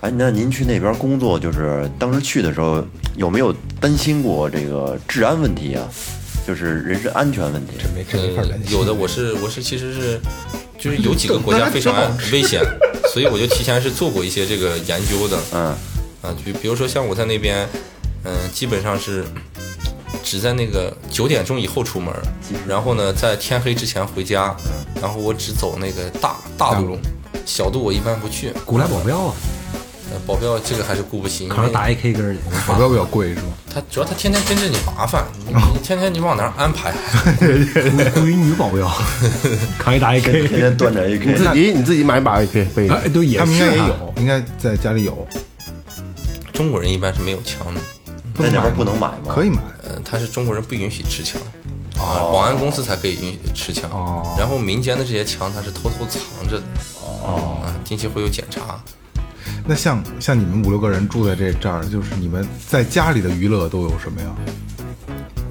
S4: 哎，那您去那边工作，就是当时去的时候有没有担心过这个治安问题啊？就是人身安全问题？
S5: 没这没法
S3: 呃
S5: 联，系。
S3: 有的我是我是其实是，就是有几个国家非常危险，所以我就提前是做过一些这个研究的。
S4: 嗯，
S3: 啊，就比如说像我在那边，嗯、基本上是只在那个九点钟以后出门，然后呢，在天黑之前回家，然后我只走那个大嗯大
S6: 大
S3: 路，小路我一般不去。
S6: 古来保镖 [laughs] 啊，
S3: 呃保镖这个还是顾不起，因
S6: 可
S3: 为
S6: 是打一 K 根儿去，
S5: 保镖比较贵是吗？
S3: 他主要他天天跟着你麻烦，你你天天你往哪儿安排？
S6: 不允女保 [laughs] 镖，扛一大 AK，
S4: 天天端着 [laughs] AK，
S7: 你自己哎你自己买一把也可以背着。
S6: 哎，对，也
S5: 他们应
S6: 是
S5: 该也
S6: 哈
S5: 有，应该在家里有，
S3: 哦中国人一般是没有枪的，
S4: 那
S5: [laughs]
S4: 那边不能买吗？
S5: 可以买。
S3: 呃，他是中国人不允许持枪，啊，保安公司才可以允许持枪，然后民间的这些枪他是偷偷藏着的，哦，定期会有检查。
S5: 那像像你们五六个人住在这这儿，就是你们在家里的娱乐都有什么呀？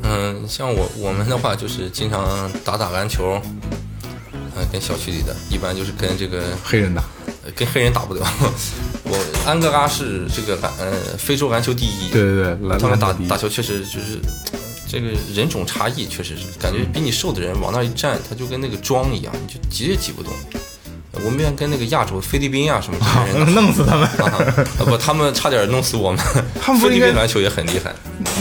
S3: 嗯，像我我们的话就是经常打打篮球，嗯、跟小区里的，一般就是跟这个
S5: 黑人打，
S3: 呃跟黑人打不了。我安哥拉是这个篮呃非洲篮球第一，
S5: 对对对篮
S3: 他们打
S5: 篮球第一
S3: 打球确实就是呃这个人种差异，确实是感
S5: 嗯
S3: 觉比你瘦的人往那一站，他就跟那个桩一样，你就挤也挤不动。呃我们愿跟那个亚洲菲律宾啊什么这些人打，
S5: [laughs] 弄死他们！
S3: 啊啊不，他们差点弄死我们。
S5: 他们不
S3: 菲
S5: 应
S3: 律
S5: 该
S3: 宾篮球也很厉害。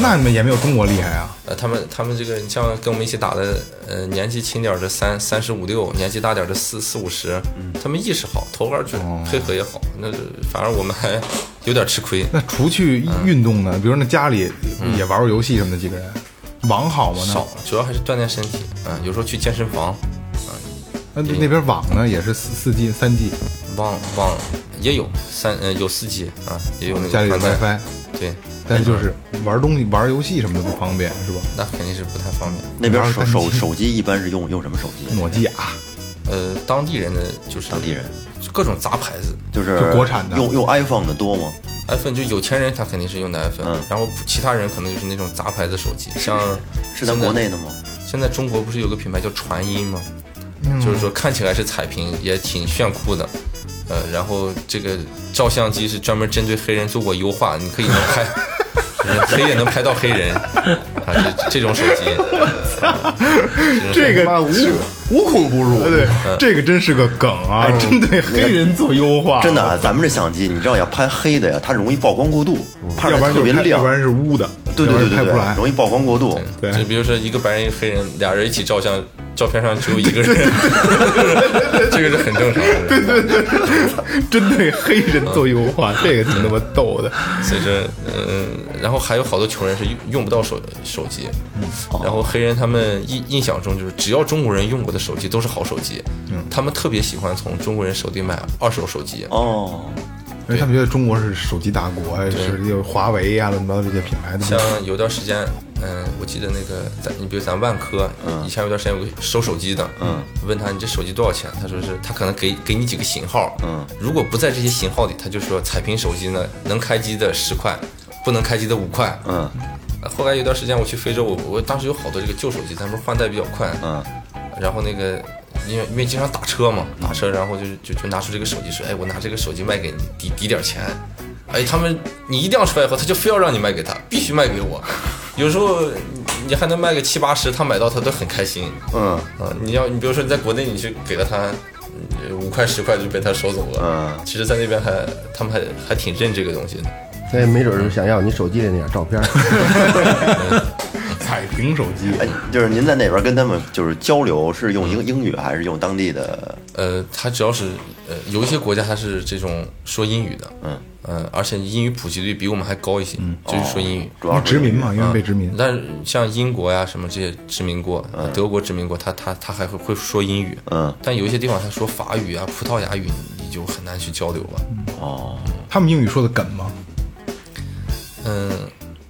S5: 那你们也没有中国厉害啊！
S3: 呃，他们他们这个，你像跟我们一起打的，呃，年纪轻点儿的三三十五六，年纪大点儿的四四五十，
S4: 嗯
S3: 他们意识好，投篮准，
S4: 哦
S3: 配合也好，那是反而我们还有点吃亏。
S5: 那除去运动呢？比如那家里也玩过游戏什么的，几个人网好吗？
S3: 嗯少，主要还是锻炼身体。嗯、有时候去健身房，
S5: 那那那边网呢也是四四 G、三 G，
S3: 忘忘了也有三呃有四 G 啊，也有
S4: 嗯
S3: 那个
S5: 家里有
S3: 宽带
S5: WiFi，
S3: 对，
S5: 但是就是玩东西、玩游戏什么的不方便，是吧？
S3: 那肯定是不太方便。
S4: 那边手手手机一般是用用什么手机？啊
S5: 诺
S4: [laughs]
S5: 基亚
S3: 呃，当地人的就是
S4: 当地人
S3: 各种杂牌子，
S4: 就是
S5: 就国产的
S4: 用用 iPhone 的多吗？
S3: iPhone 就有钱人他肯定是用的 iPhone，、
S4: 嗯
S3: 然后其他人可能就是那种杂牌子手机，像
S4: 是咱
S3: 现在
S4: 国内的吗？
S3: 现在中国不是有个品牌叫传音吗？就是说看起来是彩屏，也挺炫酷的。呃，然后这个照相机是专门针对黑人做过优化，你可以能拍人黑也能拍到黑人啊，这这种手机。
S5: 这
S7: 他妈
S5: 个
S7: 无无孔不入，
S5: 对，
S4: 嗯
S5: 这个真是个梗啊！针对黑人做优化，
S4: 哎真的啊，咱们这相机，你知道要拍黑的呀，它容易曝光过度，拍
S5: 嗯要
S4: 的
S5: 不然
S4: 特
S5: 就
S4: 别
S5: 拍
S4: 亮
S5: 要不。然是污的，
S4: 对对对
S5: 要
S4: 对
S5: 不然拍不
S4: 对，
S5: 出
S4: 容
S5: 来。
S4: 易曝光过度。
S5: 对
S3: 就比如说一个白人一个黑人，俩人一起照相，照片上只有一个人，这个是很正常的。
S5: 针对黑人做优
S4: [laughs]
S5: 化，这个挺他妈逗的。
S3: 所以说，嗯，然后还有好多穷人是用用不到手手机，然后黑人他们印印象中就是只要中国人用过的手机都是好手机，他们特别喜欢从中国人手里买二手手机，
S4: 哦，
S5: 因为他们觉得中国是手机大国，啊是有华为呀、乱七八糟这些品牌的。
S3: 像有段时间，嗯，我记得那个咱，你比如咱万科，以前有段时间有个收手机的，嗯，问他你这手机多少钱，他说是他可能给给你几个型号，嗯，如果不在这些型号里，他就说彩屏手机呢，能开机的十块，不能开机的五块，
S4: 嗯
S3: 呃后来有段时间我去非洲，我我当时有好多这个旧手机，咱们换代比较快，
S4: 嗯，
S3: 然后那个因为因为经常打车嘛，打车然后就就就拿出这个手机说，哎，我拿这个手机卖给你，抵抵点钱。哎，他们你一亮出来以后，他就非要让你卖给他，必须卖给我。 [laughs] 有时候你你还能卖个七八十，他买到他都很开心。
S4: 嗯
S3: 啊，你要你比如说你在国内你去给了他嗯五块十块就被他收走了，
S4: 嗯
S3: 其实，在那边还他们还还挺认这个东西的。
S7: 他也哎没准是想要你手机里那点
S5: [laughs]
S7: 照片。
S5: 彩屏手机，
S4: 哎，就是您在那边跟他们就是交流，是用
S7: 嗯
S4: 英英语还是用当地的？
S3: 呃，它只要是呃，有一些国家它是这种说英语的，
S4: 嗯
S3: 呃，而且英语普及率比我们还高一些，就是说英语。
S4: 主要是
S5: 殖民嘛，因为被殖民。
S3: 但是像英国呀、什么这些殖民国，德国殖民国，它它它还会会说英语，
S4: 嗯，
S3: 但有一些地方它说法语啊、葡萄牙语，你就很难去交流了。
S4: 哦，
S5: 他们英语说的梗吗？
S3: 嗯，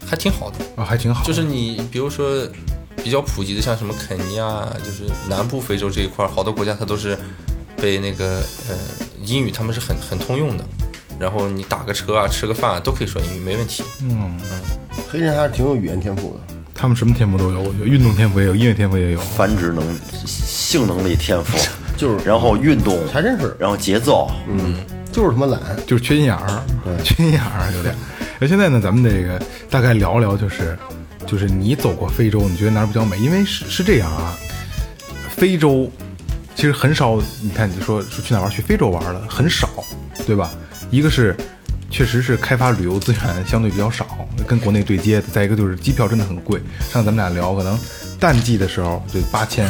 S3: 还挺好的，
S5: 啊，还挺好。
S3: 就是你比如说比较普及的，像什么肯尼亚，就是南部非洲这一块儿，好多国家它都是被那个呃英语他们是很很通用的。然后你打个车啊，吃个饭啊，都可以说英语，没问题。
S7: 黑人还是挺有语言天赋的。
S5: 他们什么天赋都有，我觉得运动天赋也有，音乐天赋也有。
S4: 繁殖能性能力天赋，
S7: [laughs] 就是
S4: 然后运动
S7: 还真是
S4: 然后节奏，嗯，
S7: 就是他妈懒，
S5: 就是缺心眼儿，缺心眼儿有点。那现在呢，咱们这个大概聊聊，就是就是你走过非洲，你觉得哪儿比较美？因为是是这样啊，非洲其实很少，你看你说说去哪儿玩？去非洲玩的很少，对吧？一个是确实是开发旅游资源相对比较少，跟国内对接的。再一个就是机票真的很贵，上次咱们俩聊，可能淡季的时候就八千，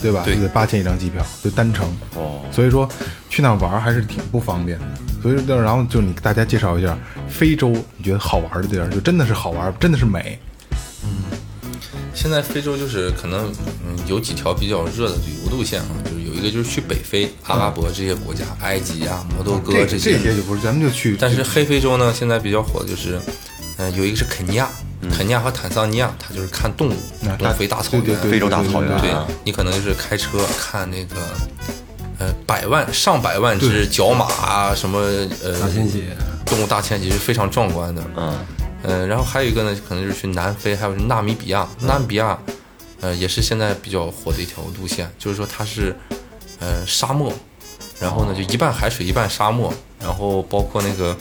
S5: 对吧？
S3: 对
S5: 就得八千一张机票，就单程。
S4: 哦
S5: 所以说去那儿玩儿还是挺不方便的。所以说，然后就你给大家介绍一下非洲，你觉得好玩的地儿，就真的是好玩，真的是美。
S3: 现在非洲就是可能嗯有几条比较热的旅游路线啊，就是有一个就是去北非、阿拉伯这些国家，埃及啊、摩洛哥
S5: 这
S3: 这
S5: 这
S3: 些。
S5: 些就不是，咱们就去。
S3: 但是黑非洲呢，现在比较火的就是，嗯、有一个是肯尼亚，肯尼亚和坦桑尼亚，它就是看动物
S5: 那，
S3: 东非大草原，
S5: 对对对
S4: 非洲大草原
S3: 对
S4: 啊
S3: 你可能就是开车看那个，呃，百万上百万只角马啊，什么呃，
S6: 大迁徙
S3: 动物大迁徙是非常壮观的。
S4: 嗯，
S3: 呃，然后还有一个呢，可能就是去南非，还有是纳米比亚，纳米比亚，呃，也是现在比较火的一条路线，就是说它是，呃，沙漠，然后呢就一半海水一半沙漠，然后包括那个。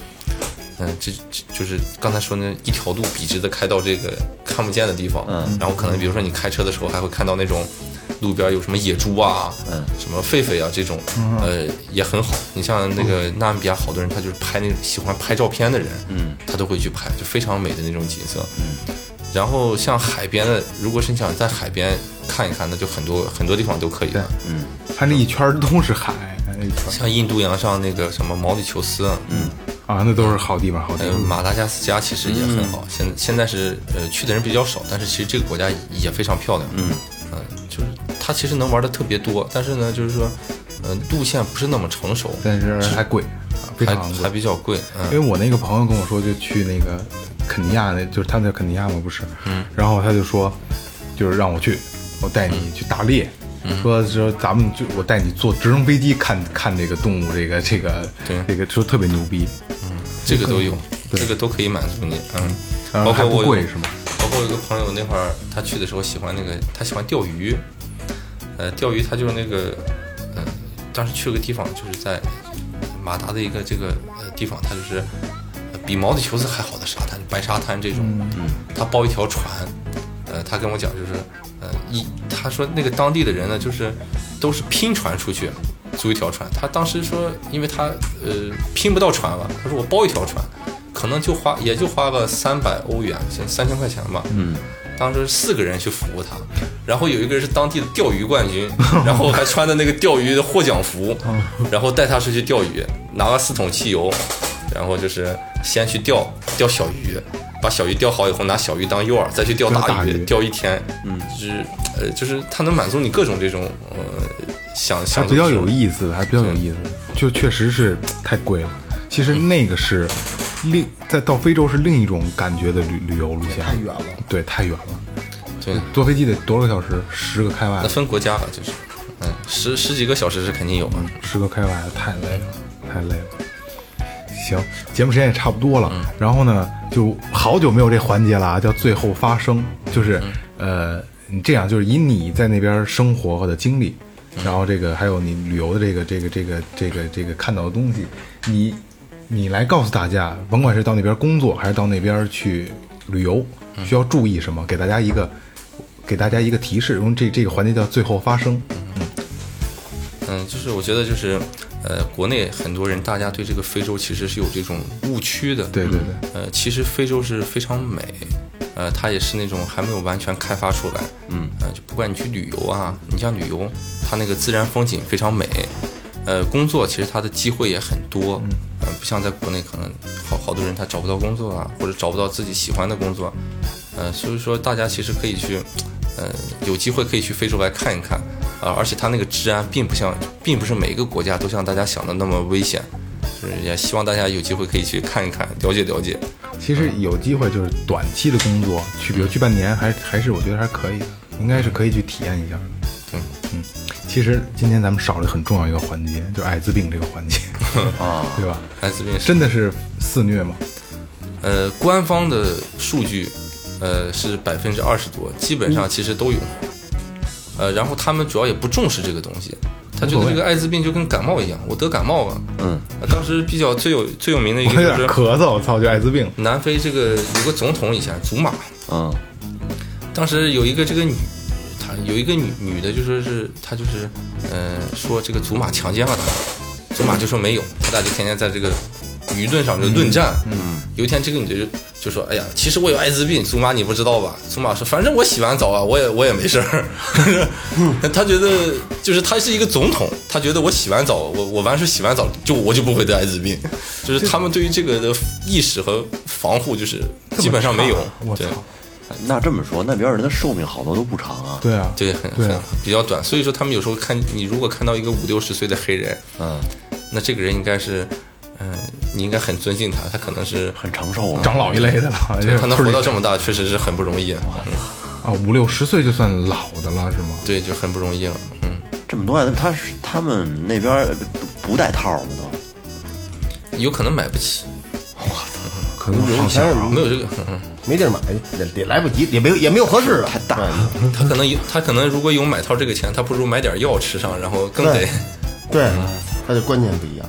S3: 嗯，这这就是刚才说那一条路笔直的开到这个看不见的地方，
S4: 嗯，
S3: 然后可能比如说你开车的时候还会看到那种路边有什么野猪啊，
S4: 嗯，
S3: 什么狒狒啊这种，呃，也很好。你像那个纳米比亚，好多人他就是拍那种喜欢拍照片的人，
S4: 嗯，
S3: 他都会去拍，就非常美的那种景色，嗯。然后像海边的，如果是你想在海边看一看，那就很多很多地方都可以的。
S5: 它那一圈儿都是海，那一圈儿
S3: 像印度洋上那个什么毛里求斯，嗯，
S5: 啊，那都是好地方，好地
S3: 呃，
S5: 方。
S3: 马达加斯加其实也很
S5: 嗯
S3: 好，现、现在是呃去的人比较少，但是其实这个国家也非常漂亮。嗯就是它其实能玩的特别多，但是呢，就是说，呃，路线不是那么成熟，
S5: 但是还贵，非
S3: 还
S5: 常贵，
S3: 还比较贵。嗯，
S5: 因为我那个朋友跟我说，就去那个肯尼亚那，就是他们叫肯尼亚嘛，不是？嗯。然后他就说，就是让我去，我带你去打猎，
S3: 嗯
S5: 说说咱们就我带你坐直升飞机看看这个动物，这个这个
S3: 对
S5: 这个说特别牛逼，
S3: 这个都有，
S5: 对
S3: 这个都可以满足你。嗯，
S5: 然后
S3: 包
S5: 还
S3: 括
S5: 不
S3: 我
S5: 贵是吗？
S3: 包括我有个朋友那会儿他去的时候喜欢那个，他喜欢钓鱼，呃，钓鱼他就是那个，呃，当时去了个地方就是在马达的一个这个呃地方，他就是呃比毛里求斯还好的沙滩，白沙滩这种，嗯，他包一条船，呃，他跟我讲就是，呃，一他说那个当地的人呢，就是都是拼船出去。租一条船，他当时说，因为他呃拼不到船了，他说我包一条船，可能就花也就花个三百欧元，三三千块钱吧。嗯，当时四个人去服务他，然后有一个人是当地的钓鱼冠军， [laughs] 然后还穿的那个钓鱼的获奖服，
S5: [laughs]
S3: 然后带他出去钓鱼，拿了四桶汽油，然后就是先去钓钓小鱼，把小鱼钓好以后拿小鱼当诱饵，再去钓
S5: 钓大
S3: 大
S5: 鱼
S3: 钓一天，嗯，就是呃就是它能满足你各种这种呃想
S5: 还
S3: 想
S5: 比较有意思，还比较有意思，就确实是太贵了。其实那个是另在到非洲是另一种感觉的旅旅游路线，太远了，对，太远了，
S3: 对。
S5: 坐飞机得多少个小时？十个开外
S3: 那，分国家了，就是，嗯，十十几个小时是肯定有啊。
S5: 十个开外太累了，太累了。行，节目时间也差不多了，然后呢，就好久没有这环节了啊，叫最后发声，就是、呃，你这样就是以你在那边生活的经历，然后这个还有你旅游的这个这个这个这个这个看到的东西，你你来告诉大家，甭管是到那边工作还是到那边去旅游，需要注意什么，给大家一个给大家一个提示，用这这个环节叫最后发声，
S3: 嗯，就是我觉得就是，呃，国内很多人大家对这个非洲其实是有这种误区的。
S5: 对对对。
S3: 呃，其实非洲是非常美，呃，它也是那种还没有完全开发出来，嗯，呃，就不管你去旅游啊，你像旅游，它那个自然风景非常美，呃，工作其实它的机会也很多，嗯、呃，不像在国内可能好好多人他找不到工作啊，或者找不到自己喜欢的工作，呃，所以说大家其实可以去，呃，有机会可以去非洲来看一看，啊、而且它那个治安并不像，并不是每一个国家都像大家想的那么危险。就是也希望大家有机会可以去看一看，了解了解。
S5: 其实有机会就是短期的工作，去比如去半年，还还是我觉得还是可以的，应该是可以去体验一下的。
S3: 对，
S5: 嗯，其实今天咱们少了很重要一个环节，就是艾滋病这个环
S3: [laughs]
S5: 节，
S4: 啊，
S5: 对吧？
S3: 艾滋病是
S5: 真的是肆虐吗？
S3: 呃，官方的数据，呃是百分之二十多，基本
S5: 嗯
S3: 上其实都有。呃，然后他们主要也不重视这个东西，他觉
S5: 无所
S3: 得
S5: 谓
S3: 这个艾滋病就跟感冒一样，我得感冒了。
S4: 嗯
S3: 呃，当时比较最有最有名的一
S5: 我有
S3: 个
S5: 点
S3: 就是
S5: 咳嗽，我操，就艾滋病。
S3: 南非这个有个总统以前祖马，
S4: 嗯，
S3: 当时有一个这个女，她有一个女女的，就说是她就是，呃，说这个祖玛强奸了她，祖玛就说没有，他俩就天天在这个舆论上就是论战。嗯，有一天这个女的就就说：“哎呀，其实我有艾滋病，祖玛你不知道吧？”祖玛说：“反正我洗完澡啊，我也我也没
S5: [laughs]
S3: 事儿。”他觉得就是他是一个总统，他觉得我洗完澡，我我完事洗完澡就我就不会得艾滋病，就是他们对于这个的意识和防护就是基本上没有。
S5: 我操
S3: 对！
S4: 那这么说，那边人的寿命好多都不长啊。
S5: 对啊，
S3: 对，很
S5: 对
S3: 很
S5: 啊
S3: 比较短。所以说，他们有时候看你，如果看到一个五六十岁的黑人，嗯，那这个人应该是，嗯、你应该很尊敬他，他可能是
S4: 很长寿啊，
S5: 长老一类的了，
S3: 对，他能活到这
S5: 么
S3: 么大，确实是很不容易。嗯，
S5: 啊五六十岁就算老的了是吗？
S3: 对，就很不容易了。嗯，
S4: 这么多艾滋他是他们那边不戴套吗？都
S3: 有可能买不起，
S6: 可能
S7: 以前我
S3: 没有这个，嗯、
S7: 没地儿买，也也来不及，也没有也没有合适的。
S4: 太大了，
S3: 他可能有，他可能如果有买套这个钱，他不如买点药吃上，然后更得
S7: 对对，它的观念不一样。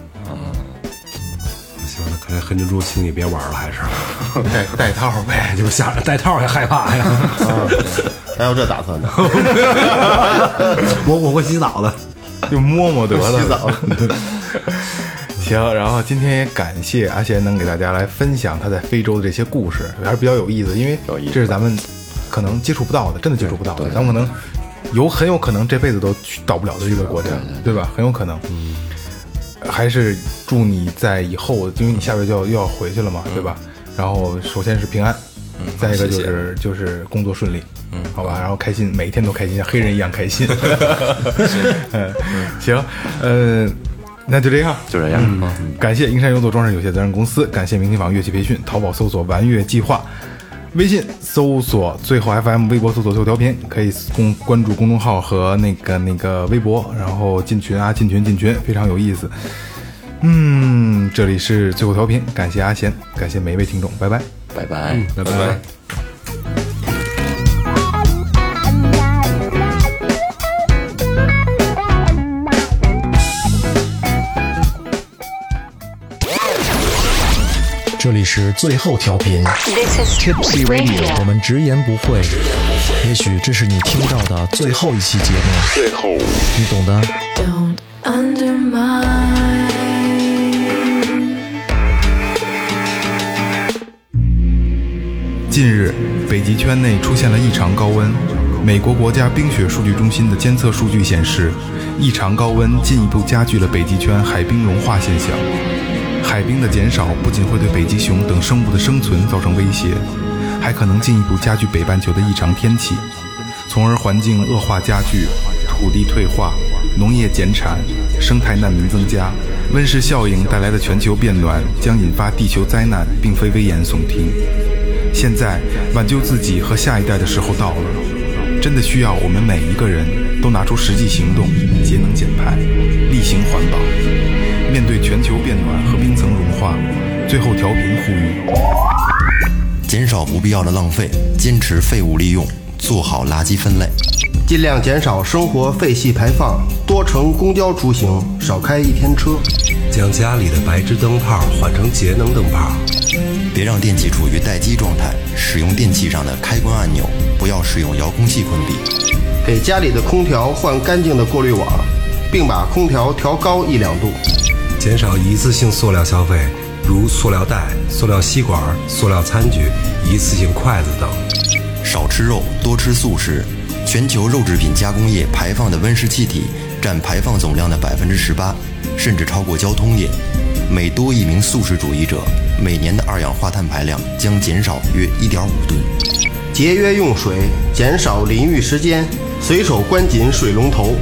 S6: 行，那看来黑珍珠，请你别玩了，还是 [laughs]
S5: 戴戴套呗，
S6: 就是吓人，戴套还害怕呀。
S7: 还有这打算呢？
S6: 我我会洗澡的，
S5: 就摸摸得
S3: [laughs]
S5: 了。
S7: 洗澡
S5: 行，然后今天也感谢阿贤能给大家来分享他在非洲的这些故事，还是比较有意思，因为
S4: 有意思
S5: 这是咱们可能接触不到的，真的接触不到的，咱们可能有很有可能这辈子都去到不了的一个国家，对嗯吧？很有可能。还是祝你在以后，因为你下个月就要又要回去了嘛，对吧？然后首先是平安，再一个就是就是工作顺利，嗯，好吧，然后开心，每一天都开心，像黑人一样开心。 [laughs] 嗯，行，呃，那就这样。
S4: [laughs] 就这样。
S5: 嗯感谢英山优作装饰有限责任公司，感谢明琴坊乐器培训，淘宝搜索“玩乐计划”，微信搜索“最后 FM”，微博搜索“最后调频”，可以公关注公众号和那个那个微博，然后进群啊，进群进群，非常有意思。嗯，这里是最后调频，感谢阿贤，感谢每一位听众，拜嗯拜。
S4: 拜拜。
S6: 拜
S3: 拜拜。
S10: 这里是最后调频
S8: This is
S10: Tipsy Radio，我
S8: Radio.
S10: 们直言不讳，也许这是你听到的最后一期节目，最后，你懂的。
S11: Don't undermine.
S5: 近日，北极圈内出现了异常高温。美国国家冰雪数据中心的监测数据显示，异常高温进一步加剧了北极圈海冰融化现象。海冰的减少不仅会对北极熊等生物的生存造成威胁，还可能进一步加剧北半球的异常天气，从而环境恶化加剧，土地退化、农业减产、生态难民增加。温室效应带来的全球变暖将引发地球灾难，并非危言耸听。现在挽救自己和下一代的时候到了，真的需要我们每一个人都拿出实际行动，节能减排，厉行环保。面对全球变暖和冰层融化，最后调频呼吁。
S2: 减少不必要的浪费，坚持废物利用，做好垃圾分类。
S7: 尽量减少生活废气排放，多乘公交出行，少开一天车。
S6: 将家里的白炽灯泡换成节能灯泡。
S2: 别让电器处于待机状态，使用电器上的开关按钮，不要使用遥控器关闭。
S7: 给家里的空调换干净的过滤网，并把空调调高一两度。
S6: 减少一次性塑料消费，如塑料袋、塑料吸管、塑料餐具、一次性筷子等。
S2: 少吃肉，多吃素食。全球肉制品加工业排放的温室气体占排放总量的百分之十八，甚至超过交通业。每多一名素食主义者，每年的二氧化碳排量将减少约一点五吨。
S7: 节约用水，减少淋浴时间，随手关紧水龙头，